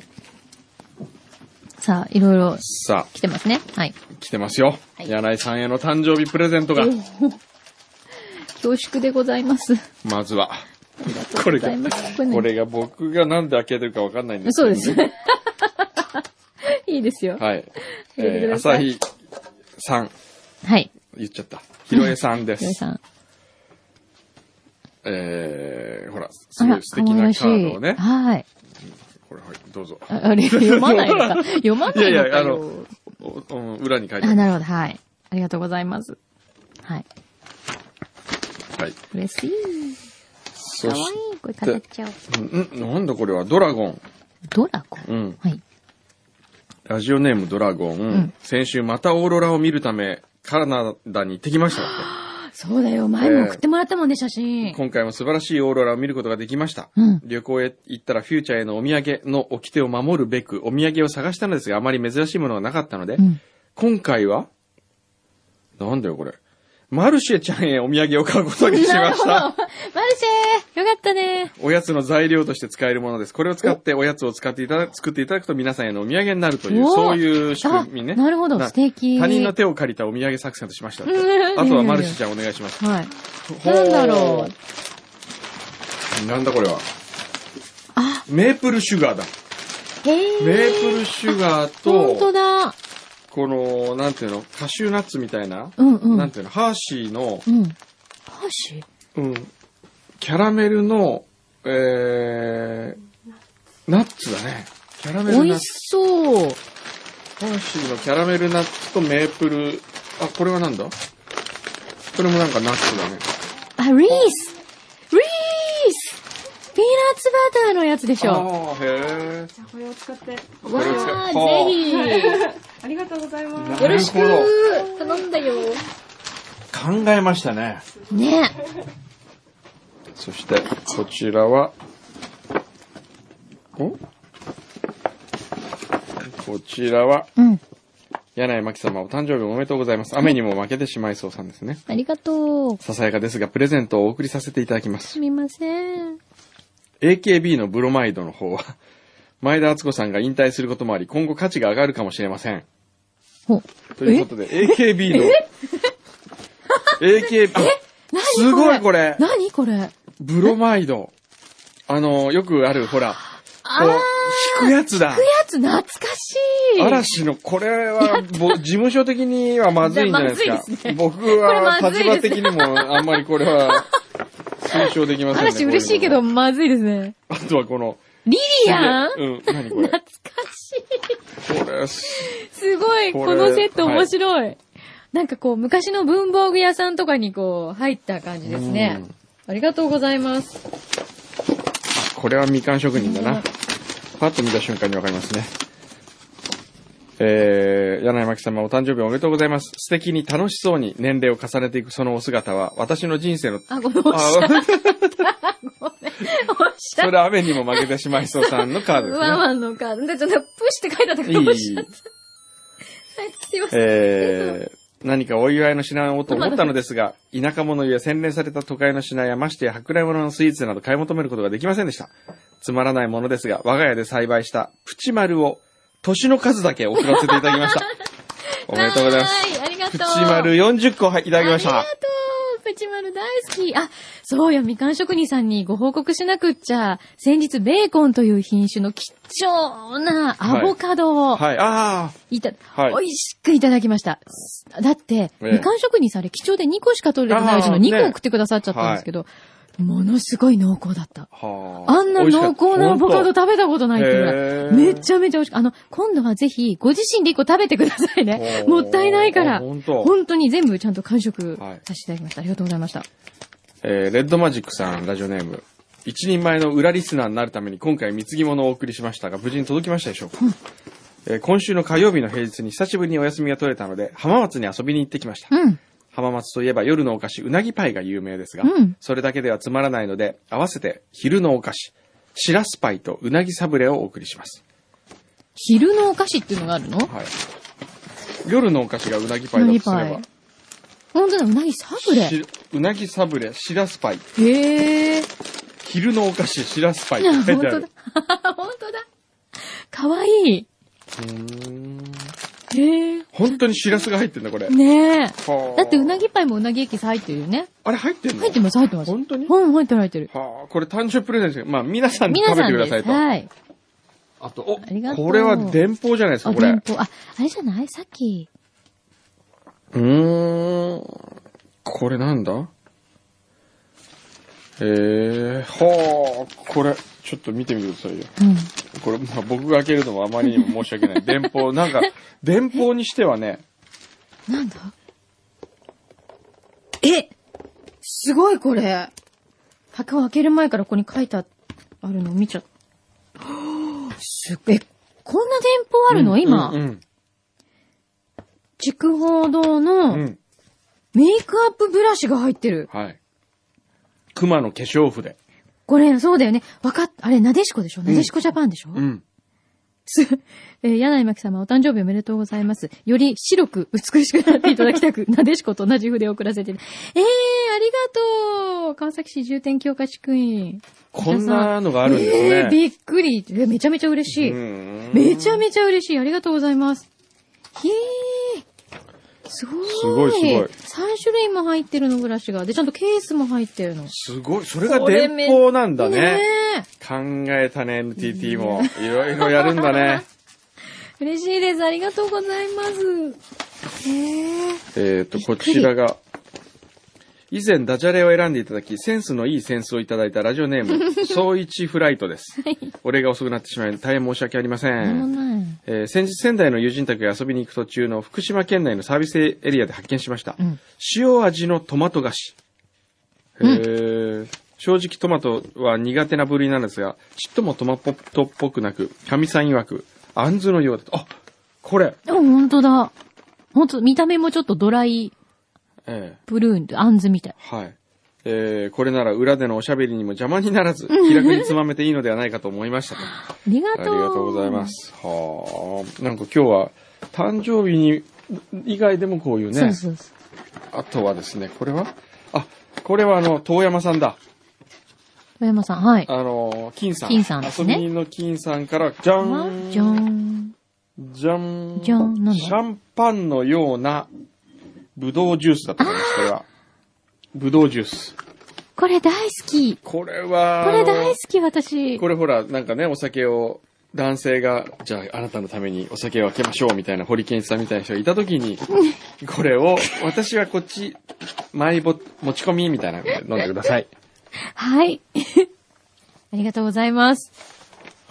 Speaker 2: さあ、いろいろ
Speaker 1: う。さ
Speaker 2: 来てますね。はい。
Speaker 1: あ、来てますよ。
Speaker 2: はい
Speaker 1: 柳井さんへの誕生日プレゼントが、
Speaker 2: 恐縮でございます。
Speaker 1: まずは。
Speaker 2: ありがと
Speaker 1: こ
Speaker 2: うご
Speaker 1: れ
Speaker 2: ざ
Speaker 1: が
Speaker 2: います。、
Speaker 1: こ
Speaker 2: これ
Speaker 1: れが僕がなんで開けてるかわかんないんで
Speaker 2: 何、
Speaker 1: すけど
Speaker 2: そう
Speaker 1: ね
Speaker 2: ですね。 いいですよ。
Speaker 1: はい。
Speaker 2: 入れて
Speaker 1: え
Speaker 2: く
Speaker 1: ー、
Speaker 2: だ
Speaker 1: 朝
Speaker 2: さい
Speaker 1: 日さん、
Speaker 2: はい。
Speaker 1: 言っちゃった。ひろえさんで
Speaker 2: ひろえ
Speaker 1: す。
Speaker 2: さん。
Speaker 1: えー、ほら、す
Speaker 2: あ
Speaker 1: ごい
Speaker 2: ら、
Speaker 1: 素敵
Speaker 2: 可愛
Speaker 1: な
Speaker 2: らし
Speaker 1: カードを
Speaker 2: い。
Speaker 1: ね。
Speaker 2: はい。
Speaker 1: これ、はい、どうぞ。
Speaker 2: ああれ、読まない のか。読まない
Speaker 1: い
Speaker 2: の
Speaker 1: や
Speaker 2: か
Speaker 1: いや、あ
Speaker 2: よ。
Speaker 1: の、おお裏に書いてあ
Speaker 2: あ、
Speaker 1: る。
Speaker 2: なるほど。はい。ありがとうございます。はい。
Speaker 1: はい。
Speaker 2: 嬉しい。か
Speaker 1: そ
Speaker 2: わい
Speaker 1: し
Speaker 2: い。これ飾っちゃおう。
Speaker 1: て、うん、なんだこれは、ドラゴン。
Speaker 2: ドラゴ
Speaker 1: う
Speaker 2: ン。
Speaker 1: ん。
Speaker 2: はい。
Speaker 1: ラジオネームドラゴン、
Speaker 2: ん
Speaker 1: 先週またオーロラを見るため、カナダに行ってきましたっ
Speaker 2: そうだよ。前も送ってもらったもんね、写
Speaker 1: て。
Speaker 2: 真。
Speaker 1: 今回も素晴らしいオーロラを見ることができました。
Speaker 2: うん
Speaker 1: 旅行へ行ったらフューチャーへのお土産の掟を守るべく、お土産を探したのですが、あまり珍しいものがなかったので、
Speaker 2: うん。
Speaker 1: 今回は、なんだよこれ。マルシェちゃんへお土産を買うことにしまし
Speaker 2: な
Speaker 1: た
Speaker 2: るほ。どマルシェよかったね。
Speaker 1: おやつの材料として使えるものです。これを使っておやつを使っていただ作っていただくと皆さんへのお土産になるという、
Speaker 2: おー
Speaker 1: そういう仕組みね。
Speaker 2: あなるほど、
Speaker 1: な
Speaker 2: 素敵。
Speaker 1: 他人の手を借りたお土産作戦としましたって
Speaker 2: うん。
Speaker 1: あとはマルシェちゃんお願いします。
Speaker 2: はい。なんだろう。
Speaker 1: う。なんだこれは。メープルシュガーだ。
Speaker 2: へえ。
Speaker 1: メープルシュガー
Speaker 2: 本当
Speaker 1: と、
Speaker 2: だ。
Speaker 1: この、なんていうの、カシューナッツみたいな、
Speaker 2: うんうん
Speaker 1: なんていうの、ハーシーの、
Speaker 2: うん。ハーシー
Speaker 1: うん、キャラメルの、えー、ナッツだね。キャラメル
Speaker 2: 美
Speaker 1: ナッ
Speaker 2: 味し
Speaker 1: ツ。
Speaker 2: そう。
Speaker 1: ハーシーのキャラメルナッツとメープル、あ、これはなんだこれもなんかナッツだね。
Speaker 2: あ、リースリースピーナッツバターのやつでしょ。
Speaker 1: あー、へー。
Speaker 4: これを使って。
Speaker 2: わ
Speaker 1: れ使う
Speaker 2: あ、
Speaker 1: は
Speaker 2: ぜひ。
Speaker 4: ありがとうございます。
Speaker 2: よろしく
Speaker 1: なる
Speaker 2: 頼んだよ。
Speaker 1: ほど考えましたね。
Speaker 2: ね
Speaker 1: そして、こちらは、おこちらは、
Speaker 2: うん。
Speaker 1: 柳井真紀様お誕生日おめでとうございます。雨にも負けてしまいそうさんですね。
Speaker 2: ありがとう。
Speaker 1: ささやかですが、プレゼントをお送りさせていただきます。
Speaker 2: すみません。
Speaker 1: AKB のブロマイドの方は、 前田敦子さんが引退することもあり、今後価値が上がるかもしれません。
Speaker 2: ほ
Speaker 1: ということで、AKB の、AKB、あ
Speaker 2: 何
Speaker 1: すごいこれ
Speaker 2: 何これ
Speaker 1: ブロマイド。あの、よくある、ほら、
Speaker 2: あー
Speaker 1: こう、引くやつだ
Speaker 2: く。やつ懐かしい
Speaker 1: 嵐の、これは、 ぼ事務所的にはまずいんじゃないです
Speaker 2: じゃあ
Speaker 1: か
Speaker 2: ま。ずいですね
Speaker 1: 僕
Speaker 2: これま
Speaker 1: は、
Speaker 2: ずい
Speaker 1: 立
Speaker 2: です
Speaker 1: 場的にも、あんまりこれ は、推奨できませんね。
Speaker 2: 嵐嬉しいけど、
Speaker 1: こ
Speaker 2: まずいですね。
Speaker 1: ういうの。あとはこの、
Speaker 2: リリアン
Speaker 1: うん、何これ。
Speaker 2: 懐
Speaker 1: こ
Speaker 2: かし
Speaker 1: れ、
Speaker 2: い。すごい、
Speaker 1: こ
Speaker 2: こ
Speaker 1: れ
Speaker 2: のセット面白い。なんかこう、昔の文房具屋さんとかにこう、入った感じですね
Speaker 1: うん。
Speaker 2: ありがとうございます。
Speaker 1: これはみかん職人だ
Speaker 2: うん
Speaker 1: な。パッと見た瞬間にわかりますね。えー、柳井真紀様お誕生日おめでとうございます。素敵に楽しそうに年齢を重ねていくそのお姿は、私の人生の、
Speaker 2: あ、ごめん、おっしゃ、
Speaker 1: あ、
Speaker 2: ごめん、おっしゃ。
Speaker 1: それ雨にも負けてしまいそうさんのカードです
Speaker 2: ワン
Speaker 1: ね。
Speaker 2: ワンのカード。でちょっと、プシって書いてあったから、おっしゃ。はいすいません。
Speaker 1: えー、何かお祝いの品をと思ったのですが、田舎者ゆえ洗練された都会の品やましてや舶来物のスイーツなど買い求めることができませんでした。つまらないものですが、我が家で栽培したプチ丸を、年の数だけ送らせていただき ました。おめでとうございます。
Speaker 2: はーい、ありが
Speaker 1: プ
Speaker 2: とう。
Speaker 1: チ丸40個はいいただきまし
Speaker 2: あ
Speaker 1: た
Speaker 2: りが。とう。プチマル大好き。あ、そうよ、みかん職人さんにご報告しなくっちゃ。先日、ベーコンという品種の貴重なアボカドを
Speaker 1: はい。あ
Speaker 2: いた、
Speaker 1: はい
Speaker 2: 美味しくいただきました。だって、
Speaker 1: ええ
Speaker 2: みかん職人さんあれ貴重で2個しか取れてないうちの
Speaker 1: あー
Speaker 2: 2
Speaker 1: ね
Speaker 2: 個送ってくださっちゃったんですけど、ものすごい濃厚だった。
Speaker 1: あ。は
Speaker 2: あんな濃厚なアボカド
Speaker 1: 食
Speaker 2: 食べたことないってぐらい。めちゃめちゃ美味しく。あの、今度はぜひ、ご自身で1個食べてくださいね。もったいないから。
Speaker 1: 本当。
Speaker 2: 本当に全部ちゃんと完食
Speaker 1: はい
Speaker 2: させていただきました。ありがとうございました。
Speaker 1: えーレッドマジックさん、ラジオネーム。一人前の裏リスナーになるために今回貢ぎ物をお送りしましたが、無事に届きましたでしょうか、えー今週の火曜日の平日に久しぶりにお休みが取れたので、浜松に遊びに行ってきました。
Speaker 2: うん。
Speaker 1: 浜松といえば夜のお菓子、うなぎパイが有名ですが、
Speaker 2: うん
Speaker 1: それだけではつまらないので、合わせて昼のお菓子、しらすパイとうなぎサブレをお送りします。
Speaker 2: 昼のお菓子っていうのがあるの
Speaker 1: はい。夜のお菓子がうなぎパ
Speaker 2: う
Speaker 1: イ
Speaker 2: な
Speaker 1: だ
Speaker 2: ぎ
Speaker 1: とす
Speaker 2: パ
Speaker 1: れば
Speaker 2: イ。。本当だ、うなぎサブレ。
Speaker 1: しうなぎサブレ、しらすパイ。
Speaker 2: へえ。
Speaker 1: 昼のお菓子、しらすパイ。
Speaker 2: 本
Speaker 1: 書いてあ
Speaker 2: 当
Speaker 1: る
Speaker 2: だ。本当だ。かわいい。へえ。
Speaker 1: 本当にシラスが入ってんだ、これ。
Speaker 2: ねえ。
Speaker 1: はあ
Speaker 2: だってうなぎパイもうなぎエキス入ってるよね。
Speaker 1: あれ入ってんの
Speaker 2: 入ってます、入ってます。
Speaker 1: 本当に
Speaker 2: うん、入ってる、入ってる。
Speaker 1: はあ、これ誕生日プレゼントですけど、まあ皆さんで
Speaker 2: 皆
Speaker 1: 食べ
Speaker 2: さ
Speaker 1: て
Speaker 2: ん
Speaker 1: くだ
Speaker 2: で
Speaker 1: さい
Speaker 2: す。
Speaker 1: と。
Speaker 2: はい。
Speaker 1: あと、お
Speaker 2: ありがとう
Speaker 1: これは電報じゃないです
Speaker 2: あ、
Speaker 1: か、これ。
Speaker 2: 電
Speaker 1: う
Speaker 2: 報。あ、あれじゃないさっき。
Speaker 1: ーん。これなんだえー、はあ、これ、ちょっと見てみてくださいよ。
Speaker 2: うん。
Speaker 1: これ、まあ僕が開けるのもあまりにも申し訳 ない。電報、なんか、電報にしてはね、
Speaker 2: なんだえすごいこれ。箱を開ける前からここに書いてあるのを見ちゃった。すっえ、こんな電報あるの、今、
Speaker 1: うん、
Speaker 2: 筑宝堂
Speaker 1: う
Speaker 2: の
Speaker 1: ん、う
Speaker 2: メ
Speaker 1: ん。
Speaker 2: イクアップブラシが入ってる。
Speaker 1: はい。熊の化粧筆。
Speaker 2: これ、そうだよね。わかっ、あれ、なでしこでしょなでしこジャパンでしょ、
Speaker 1: うん。
Speaker 2: す、えー、柳井真紀様、お誕生日おめでとうございます。より白く美しくなっていただきたく、なでしこと同じ筆を送らせていただえー、ありがとう川崎市重点教科地区員。
Speaker 1: こんなのがあるんですね。
Speaker 2: えー、びっくり。えめちゃめちゃ嬉しい。
Speaker 1: うん
Speaker 2: めちゃめちゃ嬉しい。ありがとうございます。へえ。すごい。
Speaker 1: すごいすごい
Speaker 2: 3種類も入ってるの、ブラシが。で、ちゃんとケースも入ってるの。
Speaker 1: すごい。それが電報なんだね。
Speaker 2: え
Speaker 1: 考えたね、NTT も。いろいろやるんだ ね。
Speaker 2: 嬉しいです。ありがとうございます。へえ。
Speaker 1: えっと、
Speaker 2: びっく
Speaker 1: こ
Speaker 2: り
Speaker 1: ちらが、以前ダジャレを選んでいただき、センスのいいセンスをいただいたラジオネー ム、総一フライトです。俺が遅くなってしまい、大変申し訳ありませ
Speaker 2: なんも
Speaker 1: ん。
Speaker 2: ない。
Speaker 1: えー先日仙台の友人宅へ遊びに行く途中の福島県内のサービスエリアで発見しました。
Speaker 2: うん
Speaker 1: 塩味のトマト菓子。へー正直トマトは苦手な部類なんですが、ちっともトマトっぽくなく、神さん曰く、あんずのようだと。あ、これ。
Speaker 2: あ、ほんとだ。ほんと、見た目もちょっとドライ
Speaker 1: えー
Speaker 2: ブルーン、あんずみたい。
Speaker 1: はい。えーこれなら裏でのおしゃべりにも邪魔にならず、気楽につまめていいのではないかと思いましたと。
Speaker 2: ありが
Speaker 1: あり
Speaker 2: とう。
Speaker 1: がとうございま。す。はあ。なんか今日は、誕生日に、以外でもこういう
Speaker 2: そ
Speaker 1: ね
Speaker 2: う、そうそう。
Speaker 1: あとはですね、これはあ、これはあの、遠山さんだ。
Speaker 2: 富山さん、はい。
Speaker 1: あの、金さん。
Speaker 2: 金さんですね
Speaker 1: 遊びの金さんから、じゃん
Speaker 2: じゃーん。
Speaker 1: じゃん
Speaker 2: じゃんなんだ
Speaker 1: シャンパンのような、ぶどうジュースだと思います、これは。ぶどうジュース。
Speaker 2: これ大好き。
Speaker 1: これは、
Speaker 2: これ大
Speaker 1: あの
Speaker 2: 好き、私。
Speaker 1: これほら、なんかね、お酒を、男性が、じゃあ、あなたのためにお酒を開けましょう、みたいな、堀健一さんみたいな人がいたときに、これを、私はこっち、マイボ、持ち込み、みたいなので飲んでください。
Speaker 2: はい。 ありがとうございます。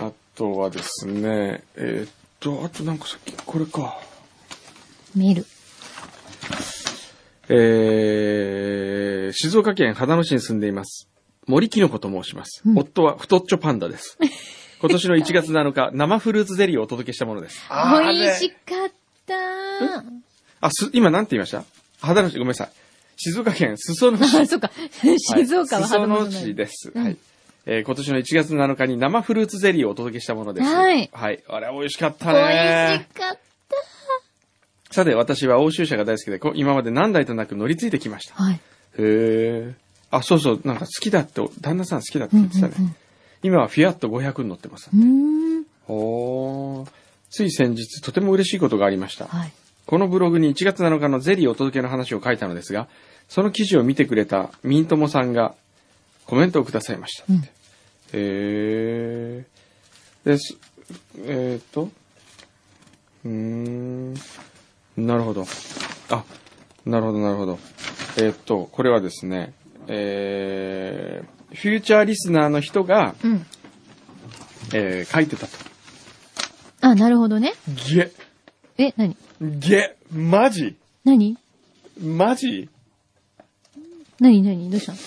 Speaker 1: あとはですね、えーっと、あとなんかさっき、これか。
Speaker 2: 見る。
Speaker 1: えー、静岡県秦野市に住んでいます。森きのこと申します。
Speaker 2: うん
Speaker 1: 夫は太っちょパンダ です。今年の1月7日、生フルーツゼリーをお届けしたものです。
Speaker 2: 美味しかった。
Speaker 1: あ、す、今なんて言いました肌の市、ごめんなさい。静岡県裾野市。
Speaker 2: あ、そっか。静岡は
Speaker 1: 裾
Speaker 2: 肌の
Speaker 1: 野市です。
Speaker 2: うん
Speaker 1: はい。えー今年の1月7日に生フルーツゼリーをお届けしたものです。
Speaker 2: はい
Speaker 1: はい。あれ、美味しかった
Speaker 2: 美味
Speaker 1: ね
Speaker 2: し。かっ
Speaker 1: さて、私は欧州車が大好きで、こ今まで何台となく乗り継いできました。
Speaker 2: た。はい。
Speaker 1: へえ。あ、そうそう、なんか好きだって、旦那さん好きだって言ってたね。今はフィアット500に乗ってます
Speaker 2: う。ーん。
Speaker 1: おーつい先日、とても嬉しいことがありました。
Speaker 2: はい。
Speaker 1: このブログに1月7日のゼリーお届けの話を書いたのですが、その記事を見てくれたミントモさんがコメントをくださいました。
Speaker 2: うん
Speaker 1: えー、です。えー、っと、うーん、なるほど。あ、なるほど、なるほど。えー、っと、これはですね、えー、フューチャーリスナーの人が、
Speaker 2: うん。
Speaker 1: えー書いてたと。
Speaker 2: あ、なるほどね。
Speaker 1: げ、
Speaker 2: え、なに
Speaker 1: げ、マジ
Speaker 2: なに
Speaker 1: マジ
Speaker 2: なになにどうしたの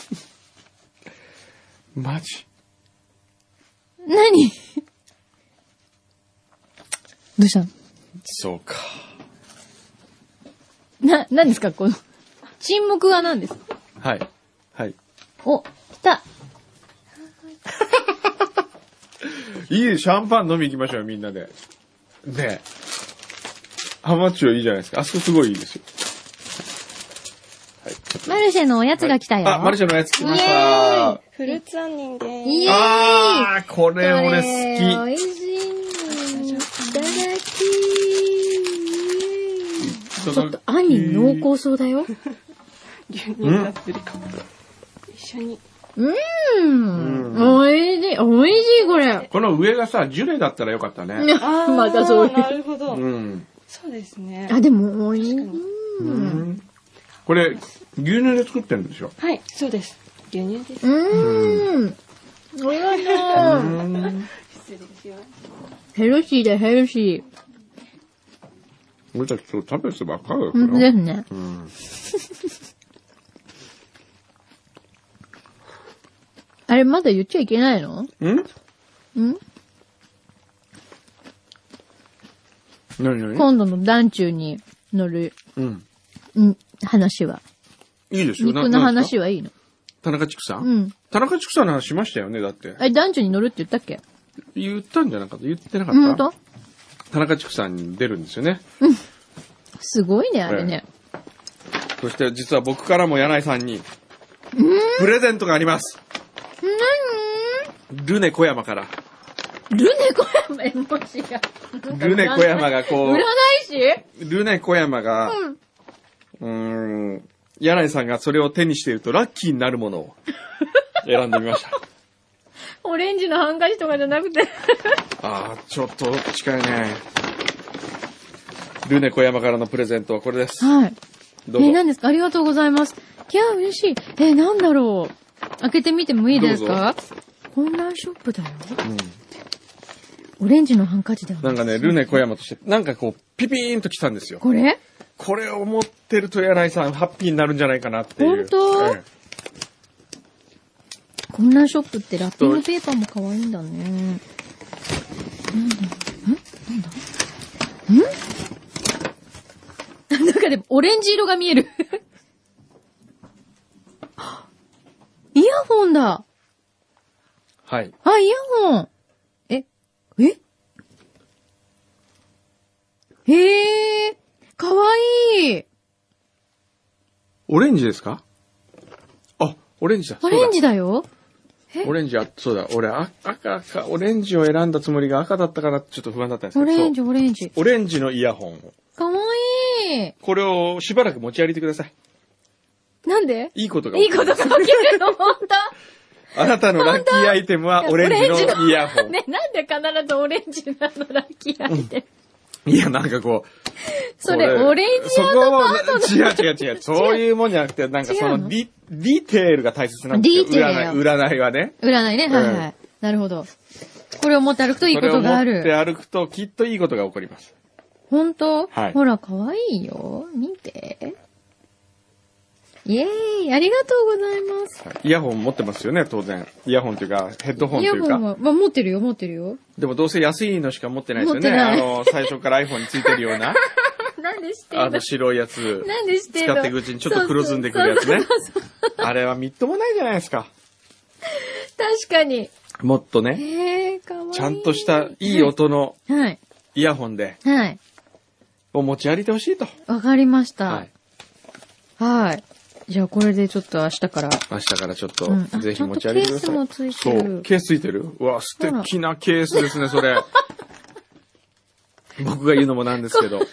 Speaker 1: マジ
Speaker 2: なにどうしたの
Speaker 1: そうか。
Speaker 2: な、何ですかこの、沈黙は何ですか
Speaker 1: はい。はい。
Speaker 2: お、来た。
Speaker 1: いい、シャンパン飲み行きましょうよ、みんなで。ねえ。ハマチュいいじゃないですか。あそこすごいいいですよ。
Speaker 2: マルシェのおやつが来たよ。
Speaker 1: あ、マルシェのやつ来まし
Speaker 2: イエー
Speaker 1: た。
Speaker 4: フルーツ杏仁です。
Speaker 2: イエーイ
Speaker 1: あー、これ俺好
Speaker 2: 美味しい。いただ
Speaker 1: き。ち
Speaker 2: き。ちょっと、杏仁濃厚そうだよ。
Speaker 4: 牛乳になってるかも。一緒に。
Speaker 2: うん。美味しい。美味しい、これ。
Speaker 1: この上がさ、ジュレだったらよかったね。
Speaker 2: またそういう
Speaker 4: なるほど。
Speaker 1: うん。
Speaker 4: そうですね。
Speaker 2: あ、でも、美味しい。
Speaker 1: うんこれ、牛乳で作ってるんでしょ
Speaker 4: はい、そうです。牛乳です。
Speaker 2: うん。おやだ。
Speaker 4: 失礼します。
Speaker 2: ヘルシーでヘルシ
Speaker 1: 俺たち今日食べてばっかりだよ
Speaker 2: ー。本当ですね。あれ、まだ言っちゃいけないの
Speaker 1: うん
Speaker 2: ん
Speaker 1: 何何
Speaker 2: 今度の団中に乗る、
Speaker 1: うん。
Speaker 2: うん、話は。
Speaker 1: いいですよ。な
Speaker 2: 肉の
Speaker 1: なんです
Speaker 2: 話
Speaker 1: か
Speaker 2: はいいの。
Speaker 1: 田中畜さ
Speaker 2: うんん。
Speaker 1: 田中畜さんの話しましたよね、だって。
Speaker 2: あれ、団中に乗るって言ったっけ
Speaker 1: 言ったんじゃなかった言ってなかった
Speaker 2: 本当
Speaker 1: 田中畜産に出るんですよね。
Speaker 2: すごいね、あれね。
Speaker 1: そして実は僕からも柳井さんに、プレゼントがあります。ルネ小山から。
Speaker 2: ルネ小山、え、もしや。
Speaker 1: ルネ小山がこ、
Speaker 2: 占いう師
Speaker 1: ルネ小山が、うーん、柳井さんがそれを手にしているとラッキーになるものを選んでみま した。
Speaker 2: オレンジのハンカチとかじゃなくて。
Speaker 1: ああ、ちょっと近いね。ルネ小山からのプレゼントはこれです。
Speaker 2: はい。
Speaker 1: どうぞ
Speaker 2: え、。何ですかありがとうございます。いや、嬉しい。え、なんだろう。開けてみてもいいですかオンラインショップだよ。オレンジのハンカチでは
Speaker 1: なんかね、ルネ小山として、なんかこう、ピピーンと来たんですよ。
Speaker 2: これ
Speaker 1: これを持ってると柳井さん、ハッピーになるんじゃないかなっていう。
Speaker 2: 本当
Speaker 1: え
Speaker 2: オンラインショップってラッピングペーパーも可愛いんだね。なんだんなんだんなん かでも、オレンジ色が見 える。イヤホンだ
Speaker 1: えはい。
Speaker 2: あ、イヤホン。え、えへえ、かわいい。
Speaker 1: オレンジですかあ、オレンジだ。
Speaker 2: オレンジだよ。
Speaker 1: そうだオレンジ、あ、そうだ。俺、あ赤、赤、オレンジを選んだつもりが赤だったかなってちょっと不安だったんですけ
Speaker 2: オ
Speaker 1: ど。
Speaker 2: レンジ、
Speaker 1: そう
Speaker 2: オレンジ。
Speaker 1: オレンジのイヤホンを。
Speaker 2: かわいい。
Speaker 1: これをしばらく持ち歩いてください。
Speaker 2: なんで
Speaker 1: いいことが
Speaker 2: い
Speaker 1: 起
Speaker 2: い
Speaker 1: こ
Speaker 2: こ
Speaker 1: る
Speaker 2: とが起きるの、本当
Speaker 1: あなたのラッキーアイテムはオレンジのイヤホン。
Speaker 2: ね、なんで必ずオレンジなのラッキーアイテム。
Speaker 1: いや、なんかこう。
Speaker 2: それ、
Speaker 1: こ
Speaker 2: オレンジ
Speaker 1: そ
Speaker 2: 用
Speaker 1: こ
Speaker 2: のパ
Speaker 1: は
Speaker 2: ートナ
Speaker 1: 違う違う違う。そういうもんじゃなくて、なんかそ
Speaker 2: 違う
Speaker 1: の
Speaker 2: の
Speaker 1: ディ、ディテールが大切なんですよ。
Speaker 2: ディテー
Speaker 1: 占
Speaker 2: ル
Speaker 1: い、占いはね。
Speaker 2: 占いね、はいは
Speaker 1: うん
Speaker 2: い。なるほど。これを持って歩くといい
Speaker 1: そ
Speaker 2: こ
Speaker 1: れを
Speaker 2: とがあ
Speaker 1: 持って
Speaker 2: る。
Speaker 1: 歩くと、きっといいことが起こります。
Speaker 2: 本当
Speaker 1: はい
Speaker 2: ほら、かわいいよ。見て。イエーイありがとうございます。
Speaker 1: イヤホン持ってますよね、当然。イヤホンというか、ヘッドホン
Speaker 2: イ
Speaker 1: と
Speaker 2: ヤ
Speaker 1: いう
Speaker 2: ホン
Speaker 1: か。
Speaker 2: は、まあ、持ってるよ、持ってるよ。
Speaker 1: でもどうせ安いのしか持ってないですよ
Speaker 2: 持って
Speaker 1: ね。
Speaker 2: な
Speaker 1: あ
Speaker 2: い
Speaker 1: の、最初から iPhone についてるような、
Speaker 2: なんでして
Speaker 1: あ
Speaker 2: ん
Speaker 1: の
Speaker 2: の
Speaker 1: 白いやつ。
Speaker 2: なんでしてんの
Speaker 1: 使っていくうちにちょっと黒ずんでくるやつね
Speaker 2: そうそうそうそう
Speaker 1: あれはみっともないじゃないですか。
Speaker 2: 確かに。
Speaker 1: もっとね、
Speaker 2: えー、かわいい。
Speaker 1: ちゃんとしたいい音の
Speaker 2: はい。
Speaker 1: イヤホンで、
Speaker 2: はい。
Speaker 1: を持ち歩いてほしいと。
Speaker 2: わかりました。
Speaker 1: はい。
Speaker 2: はい。じゃあこれでちょっと明日から。
Speaker 1: 明日からちょっと
Speaker 2: うん、あ
Speaker 1: ぜひ持ち歩いてくだ
Speaker 2: ちゃん
Speaker 1: さ
Speaker 2: と
Speaker 1: い。
Speaker 2: ケースもつい
Speaker 1: そ
Speaker 2: てる
Speaker 1: う。ケースついてるうわ、素敵なケースですね、そ れ。僕が言うのもなんですけど。
Speaker 2: え、で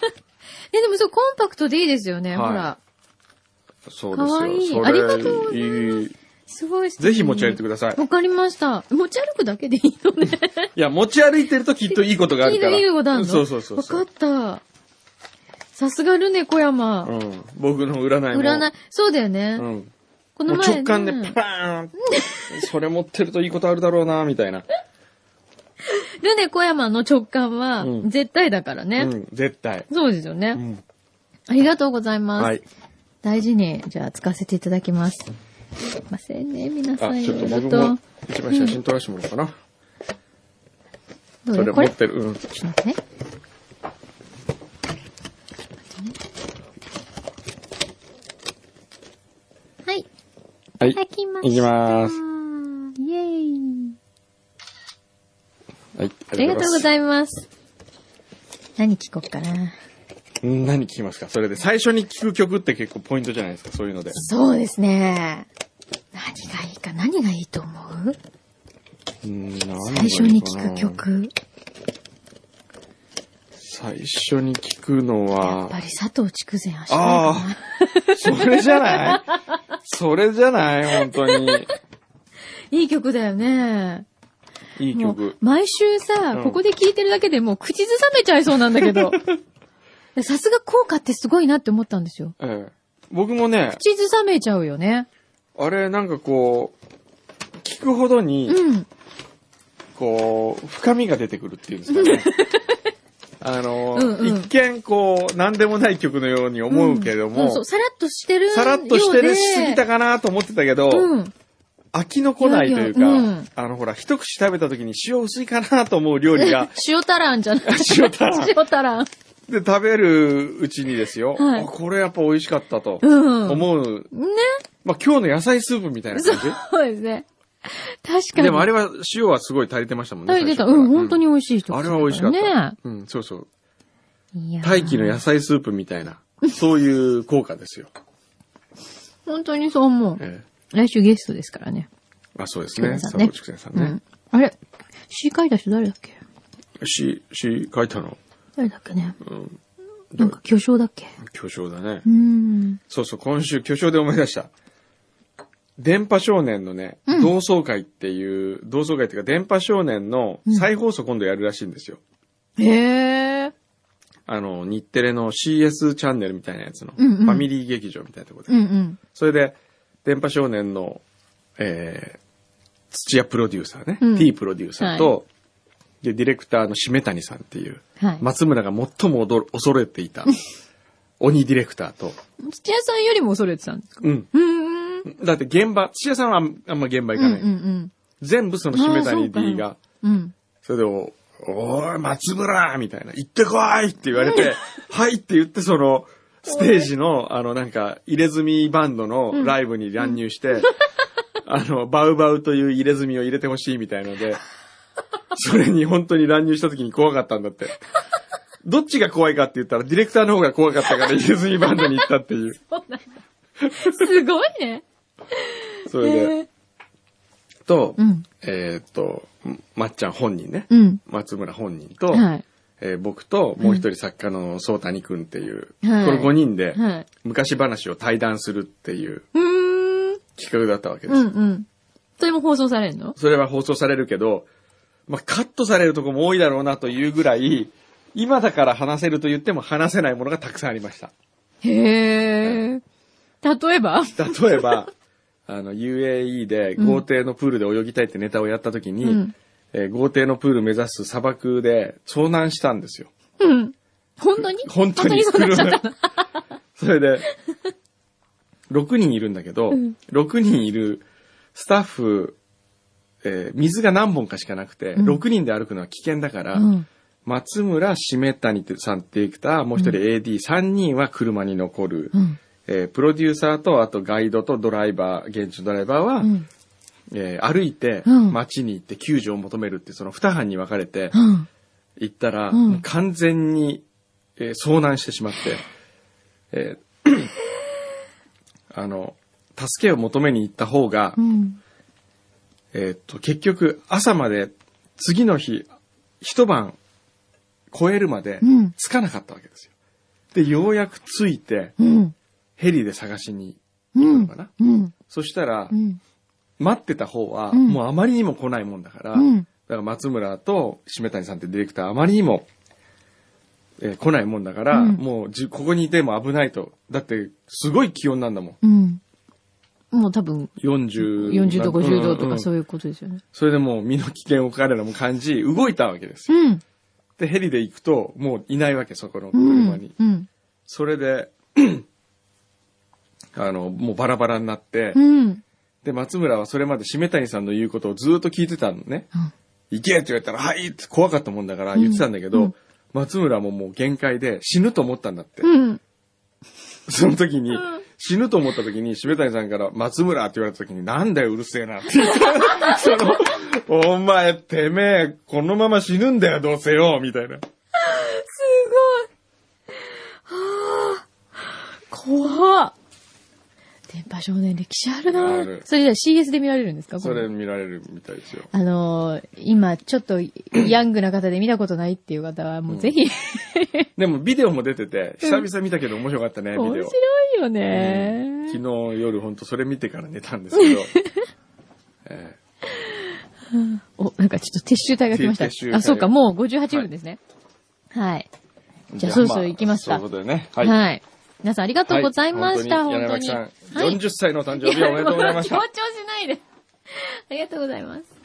Speaker 2: もそう、コンパクトでいいですよね。
Speaker 1: はい
Speaker 2: ほら。
Speaker 1: そうです
Speaker 2: かわいい
Speaker 1: よ。それ
Speaker 2: ありがとうございます
Speaker 1: いい
Speaker 2: すごい素敵
Speaker 1: ぜひ持ち歩いてください。
Speaker 2: わかりました。持ち歩くだけでいいのね。
Speaker 1: いや、持ち歩いてるときっといいことがあ
Speaker 2: い
Speaker 1: る
Speaker 2: い
Speaker 1: か
Speaker 2: の
Speaker 1: ら。
Speaker 2: いいことあるの
Speaker 1: そうそうそうそう。
Speaker 2: わかった。さすがルネ小山。
Speaker 1: うん。僕の占いも。
Speaker 2: 占い。そうだよね。
Speaker 1: うん。
Speaker 2: こ
Speaker 1: も
Speaker 2: の
Speaker 1: う
Speaker 2: 前、ね。
Speaker 1: 直感でパーンそれ持ってるといいことあるだろうな、みたいな。
Speaker 2: ルネ小山の直感は
Speaker 1: う、ん
Speaker 2: 絶対だから
Speaker 1: う
Speaker 2: ね。
Speaker 1: ん、絶対。
Speaker 2: そうですよね、
Speaker 1: ん
Speaker 2: ありがとうございます。
Speaker 1: はい。
Speaker 2: 大事に、じゃあ、使わせていただきます。すいませんね、皆さ
Speaker 1: あ、
Speaker 2: ん。
Speaker 1: ちょっと
Speaker 2: いろいろ
Speaker 1: 僕も一枚写真撮らせてもらおうかな。
Speaker 2: ど
Speaker 1: そ
Speaker 2: れ
Speaker 1: れ
Speaker 2: こ
Speaker 1: 持
Speaker 2: れ
Speaker 1: ってる。うん。
Speaker 2: ちょっと待ってね。はい。
Speaker 1: はい
Speaker 2: いただきま。
Speaker 1: いきます
Speaker 2: イエーイ。
Speaker 1: はい。
Speaker 2: ありがとうご
Speaker 1: い
Speaker 2: ざいます。何聞こっかな。
Speaker 1: ます。うん何聞きますかそれで。最初に聞く曲って結構ポイントじゃないですか、そういうので。
Speaker 2: そうですね。何がいいか、何がいいと思う
Speaker 1: うん何がいいかな
Speaker 2: 最初に聞く。曲。
Speaker 1: 最初に聞くの
Speaker 2: やっぱ
Speaker 1: は、
Speaker 2: り佐藤筑前足利か
Speaker 1: ああ、それじゃないそれじゃない本当に。
Speaker 2: ないい曲だよね。
Speaker 1: いい
Speaker 2: もう
Speaker 1: 曲。
Speaker 2: 毎週さ、
Speaker 1: うん
Speaker 2: ここで聞いてるだけでもう口ずさめちゃいそうなんだけ ど。さすが効果ってすごいなって思ったんですよ。
Speaker 1: ええ僕もね、
Speaker 2: 口ずさめちゃうよね。
Speaker 1: あれ、なんかこう、聞くほどに、
Speaker 2: うん。
Speaker 1: こう、深みが出てくるっていうんですか ね。あの、
Speaker 2: うんうん
Speaker 1: 一見こう、なんでもない曲のように思うけど
Speaker 2: うん
Speaker 1: も、
Speaker 2: そう、さらっとしてるようで。
Speaker 1: さらっとしてるしすぎたかなと思ってたけど、
Speaker 2: うん。
Speaker 1: 飽きのこないというか、
Speaker 2: いやいやうん、
Speaker 1: あのほら、一口食べた時に塩薄いかなと思う料理が
Speaker 2: 塩タランじゃない
Speaker 1: 塩タラン
Speaker 2: 塩タラン。
Speaker 1: で、食べるうちにですよ、
Speaker 2: はい
Speaker 1: あこれやっぱ美味しかったと
Speaker 2: うん。
Speaker 1: 思う、
Speaker 2: ね。
Speaker 1: まあ今日の野菜スープみたいな感じ
Speaker 2: そうですね。確かに。
Speaker 1: でもあれは塩はすごい足りてましたもんね。
Speaker 2: 食べてた。
Speaker 1: 最初
Speaker 2: う
Speaker 1: から
Speaker 2: ん、本当に美味しい一口
Speaker 1: あ
Speaker 2: だ
Speaker 1: れ
Speaker 2: らね。
Speaker 1: は美味しかった。うん、そうそう。
Speaker 2: いやー
Speaker 1: 大気の野菜スープみたいな、そういう効果ですよ。
Speaker 2: 本当にそう思う。
Speaker 1: え
Speaker 2: 来週ゲストですからね。
Speaker 1: え、あ、そうです
Speaker 2: 筑前
Speaker 1: ね。
Speaker 2: さ
Speaker 1: 佐
Speaker 2: んね
Speaker 1: 藤筑前さん
Speaker 2: う
Speaker 1: ね
Speaker 2: ん。。あれ詩書いた人誰だっけ
Speaker 1: 詩、詩書いたの
Speaker 2: 誰だっけね。なんか巨匠だっけ
Speaker 1: 巨匠だね
Speaker 2: う。ん。
Speaker 1: そうそう、今週巨匠で思い出した。電波少年のね、同窓会っていう、同窓会っていうか電波少年の再放送今度やるらしいんですよ。
Speaker 2: へえ。
Speaker 1: あの、日テレの CS チャンネルみたいなやつの、
Speaker 2: うんうん
Speaker 1: ファミリー劇場みたいなところで。
Speaker 2: うんうん。
Speaker 1: それで、電波少年の、えー、土屋プロデューサーね、
Speaker 2: うん
Speaker 1: T プロデューサーと、で、ディレクターの締谷さんっていう、
Speaker 2: はい。
Speaker 1: 松村が最も驚恐れてい た、鬼ディレクターと、
Speaker 2: 土屋さんよりも恐れてたんですか
Speaker 1: うん。
Speaker 2: うーん。
Speaker 1: だって現場、土屋さんはあんあんま現場行
Speaker 2: うん
Speaker 1: か
Speaker 2: うん
Speaker 1: ない。
Speaker 2: うん。
Speaker 1: 全部その締谷 D が、
Speaker 2: うん。
Speaker 1: それでお、おーい、松村みたいな、行ってこいって言われて、はいって言って、その、ステージの、あの、なんか、入れ墨バンドのライブに乱入 して、あの、バウバウという入れ墨を入れてほしいみたいので、それに本当に乱入した時に怖かったんだって。どっちが怖いかって言ったら、ディレクターの方が怖かったから、入れ墨バンドに行ったって いう。
Speaker 2: すごいね。
Speaker 1: それで、と、
Speaker 2: うん。
Speaker 1: えーっと、まっちゃん本人ね。
Speaker 2: うん。
Speaker 1: 松村本人と、
Speaker 2: はい。
Speaker 1: えー僕ともう一人作家の宗谷くんっていう、
Speaker 2: はい
Speaker 1: この5人で
Speaker 2: はい。
Speaker 1: 昔話を対談するっていう
Speaker 2: うーん。
Speaker 1: 企画だったわけです。
Speaker 2: うんうん。それも放送されるの
Speaker 1: それは放送されるけど、まあ、カットされるとこも多いだろうなというぐらい、今だから話せると言っても話せないものがたくさんありました。
Speaker 2: へえ。例えば
Speaker 1: 例え ば、あの、UAE で豪邸のプールで泳ぎたいってネタをやった時に、
Speaker 2: うん
Speaker 1: えー豪邸のプール目指す砂漠で遭難したんですよ。
Speaker 2: うん。本当に
Speaker 1: 本当に
Speaker 2: そうなっちゃったの。
Speaker 1: それで、6人いるんだけど、
Speaker 2: うん
Speaker 1: 6人いるスタッフ、えー水が何本かしかなくて、
Speaker 2: ん
Speaker 1: 6人で歩くのは危険だから、
Speaker 2: うん
Speaker 1: 松村、締谷さんっていう方、もう一人 AD3 人は車に残る、
Speaker 2: うん。
Speaker 1: えープロデューサーと、あとガイドとドライバー、現地のドライバーは、
Speaker 2: うん。
Speaker 1: えー歩いて
Speaker 2: うん
Speaker 1: 街に行って救助を求めるって、その2班に分かれて
Speaker 2: うん。
Speaker 1: 行ったら、
Speaker 2: うん
Speaker 1: もう完全に、えー遭難してしまって、えー あの、助けを求めに行った方が、
Speaker 2: うん。
Speaker 1: えーっと、結局朝まで次の日、一晩超えるまで
Speaker 2: うん
Speaker 1: 着かなかったわけですよ。で、ようやく着いて、
Speaker 2: うん。
Speaker 1: ヘリで探しに
Speaker 2: う
Speaker 1: 行くの
Speaker 2: ん
Speaker 1: か。な。
Speaker 2: うん。
Speaker 1: そしたら
Speaker 2: う、ん。
Speaker 1: 待ってた方は、
Speaker 2: うん
Speaker 1: もうあまりにも来ないもんだから、
Speaker 2: うん
Speaker 1: だから松村と締谷さんってディレクターあまりにも、えー来ないもんだから、
Speaker 2: うん
Speaker 1: もうじここにいても危ないと。だって、すごい気温なんだもん。
Speaker 2: うん。もう多分、
Speaker 1: 40
Speaker 2: 40度、50度とかそう
Speaker 1: いう
Speaker 2: いうことですよね。
Speaker 1: それでもう身の危険を彼らも感じ、動いたわけですよ。
Speaker 2: うん。
Speaker 1: で、ヘリで行くと、もういないわけ、そこの
Speaker 2: う
Speaker 1: 車に。
Speaker 2: ん。うん。
Speaker 1: それで、 あの、もうバラバラになって、
Speaker 2: うん。
Speaker 1: で、松村はそれまで締谷さんの言うことをずっと聞いてたのね。行けって言われたら、はいって怖かったもんだから言ってたんだけど、
Speaker 2: うん
Speaker 1: 松村ももう限界で死ぬと思ったんだって。
Speaker 2: うん。
Speaker 1: その時に、死ぬと思った時に、締谷さんから松村って言われた時に、なんだようるせえ なって言った。その、お前、てめえ、このまま死ぬんだよ、どうせよ、みたいな。
Speaker 2: 怖っ。電波少年歴史ある
Speaker 1: あ
Speaker 2: な
Speaker 1: る
Speaker 2: それじゃあ CS で見られるんですか
Speaker 1: それ。見られるみたいですよ。
Speaker 2: あのー今、ちょっと、ヤングな方で見たことないっていう方は、もうぜひ、
Speaker 1: でもビデオも出てて、久々見たけど面白かったね、ビ
Speaker 2: 面
Speaker 1: デオ。
Speaker 2: 白いよね、
Speaker 1: 昨日夜ほんとそれ見てから寝たんですけ ど、え
Speaker 2: お、なんかちょっと撤収隊が来ました
Speaker 1: 撤収。隊
Speaker 2: あ、そうか、もう58分ですね。はい。
Speaker 1: ー
Speaker 2: じゃあ、そろそろ行きます
Speaker 1: あそ
Speaker 2: か。
Speaker 1: ういうことでね。
Speaker 2: はい、
Speaker 1: はい
Speaker 2: 皆さんありがとうございました、
Speaker 1: はい
Speaker 2: 本当
Speaker 1: 本当に
Speaker 2: に。
Speaker 1: 柳巻
Speaker 2: はい
Speaker 1: さん、40歳のお誕生日おめでとうございました
Speaker 2: やも。強調しないで。ありがとうございます。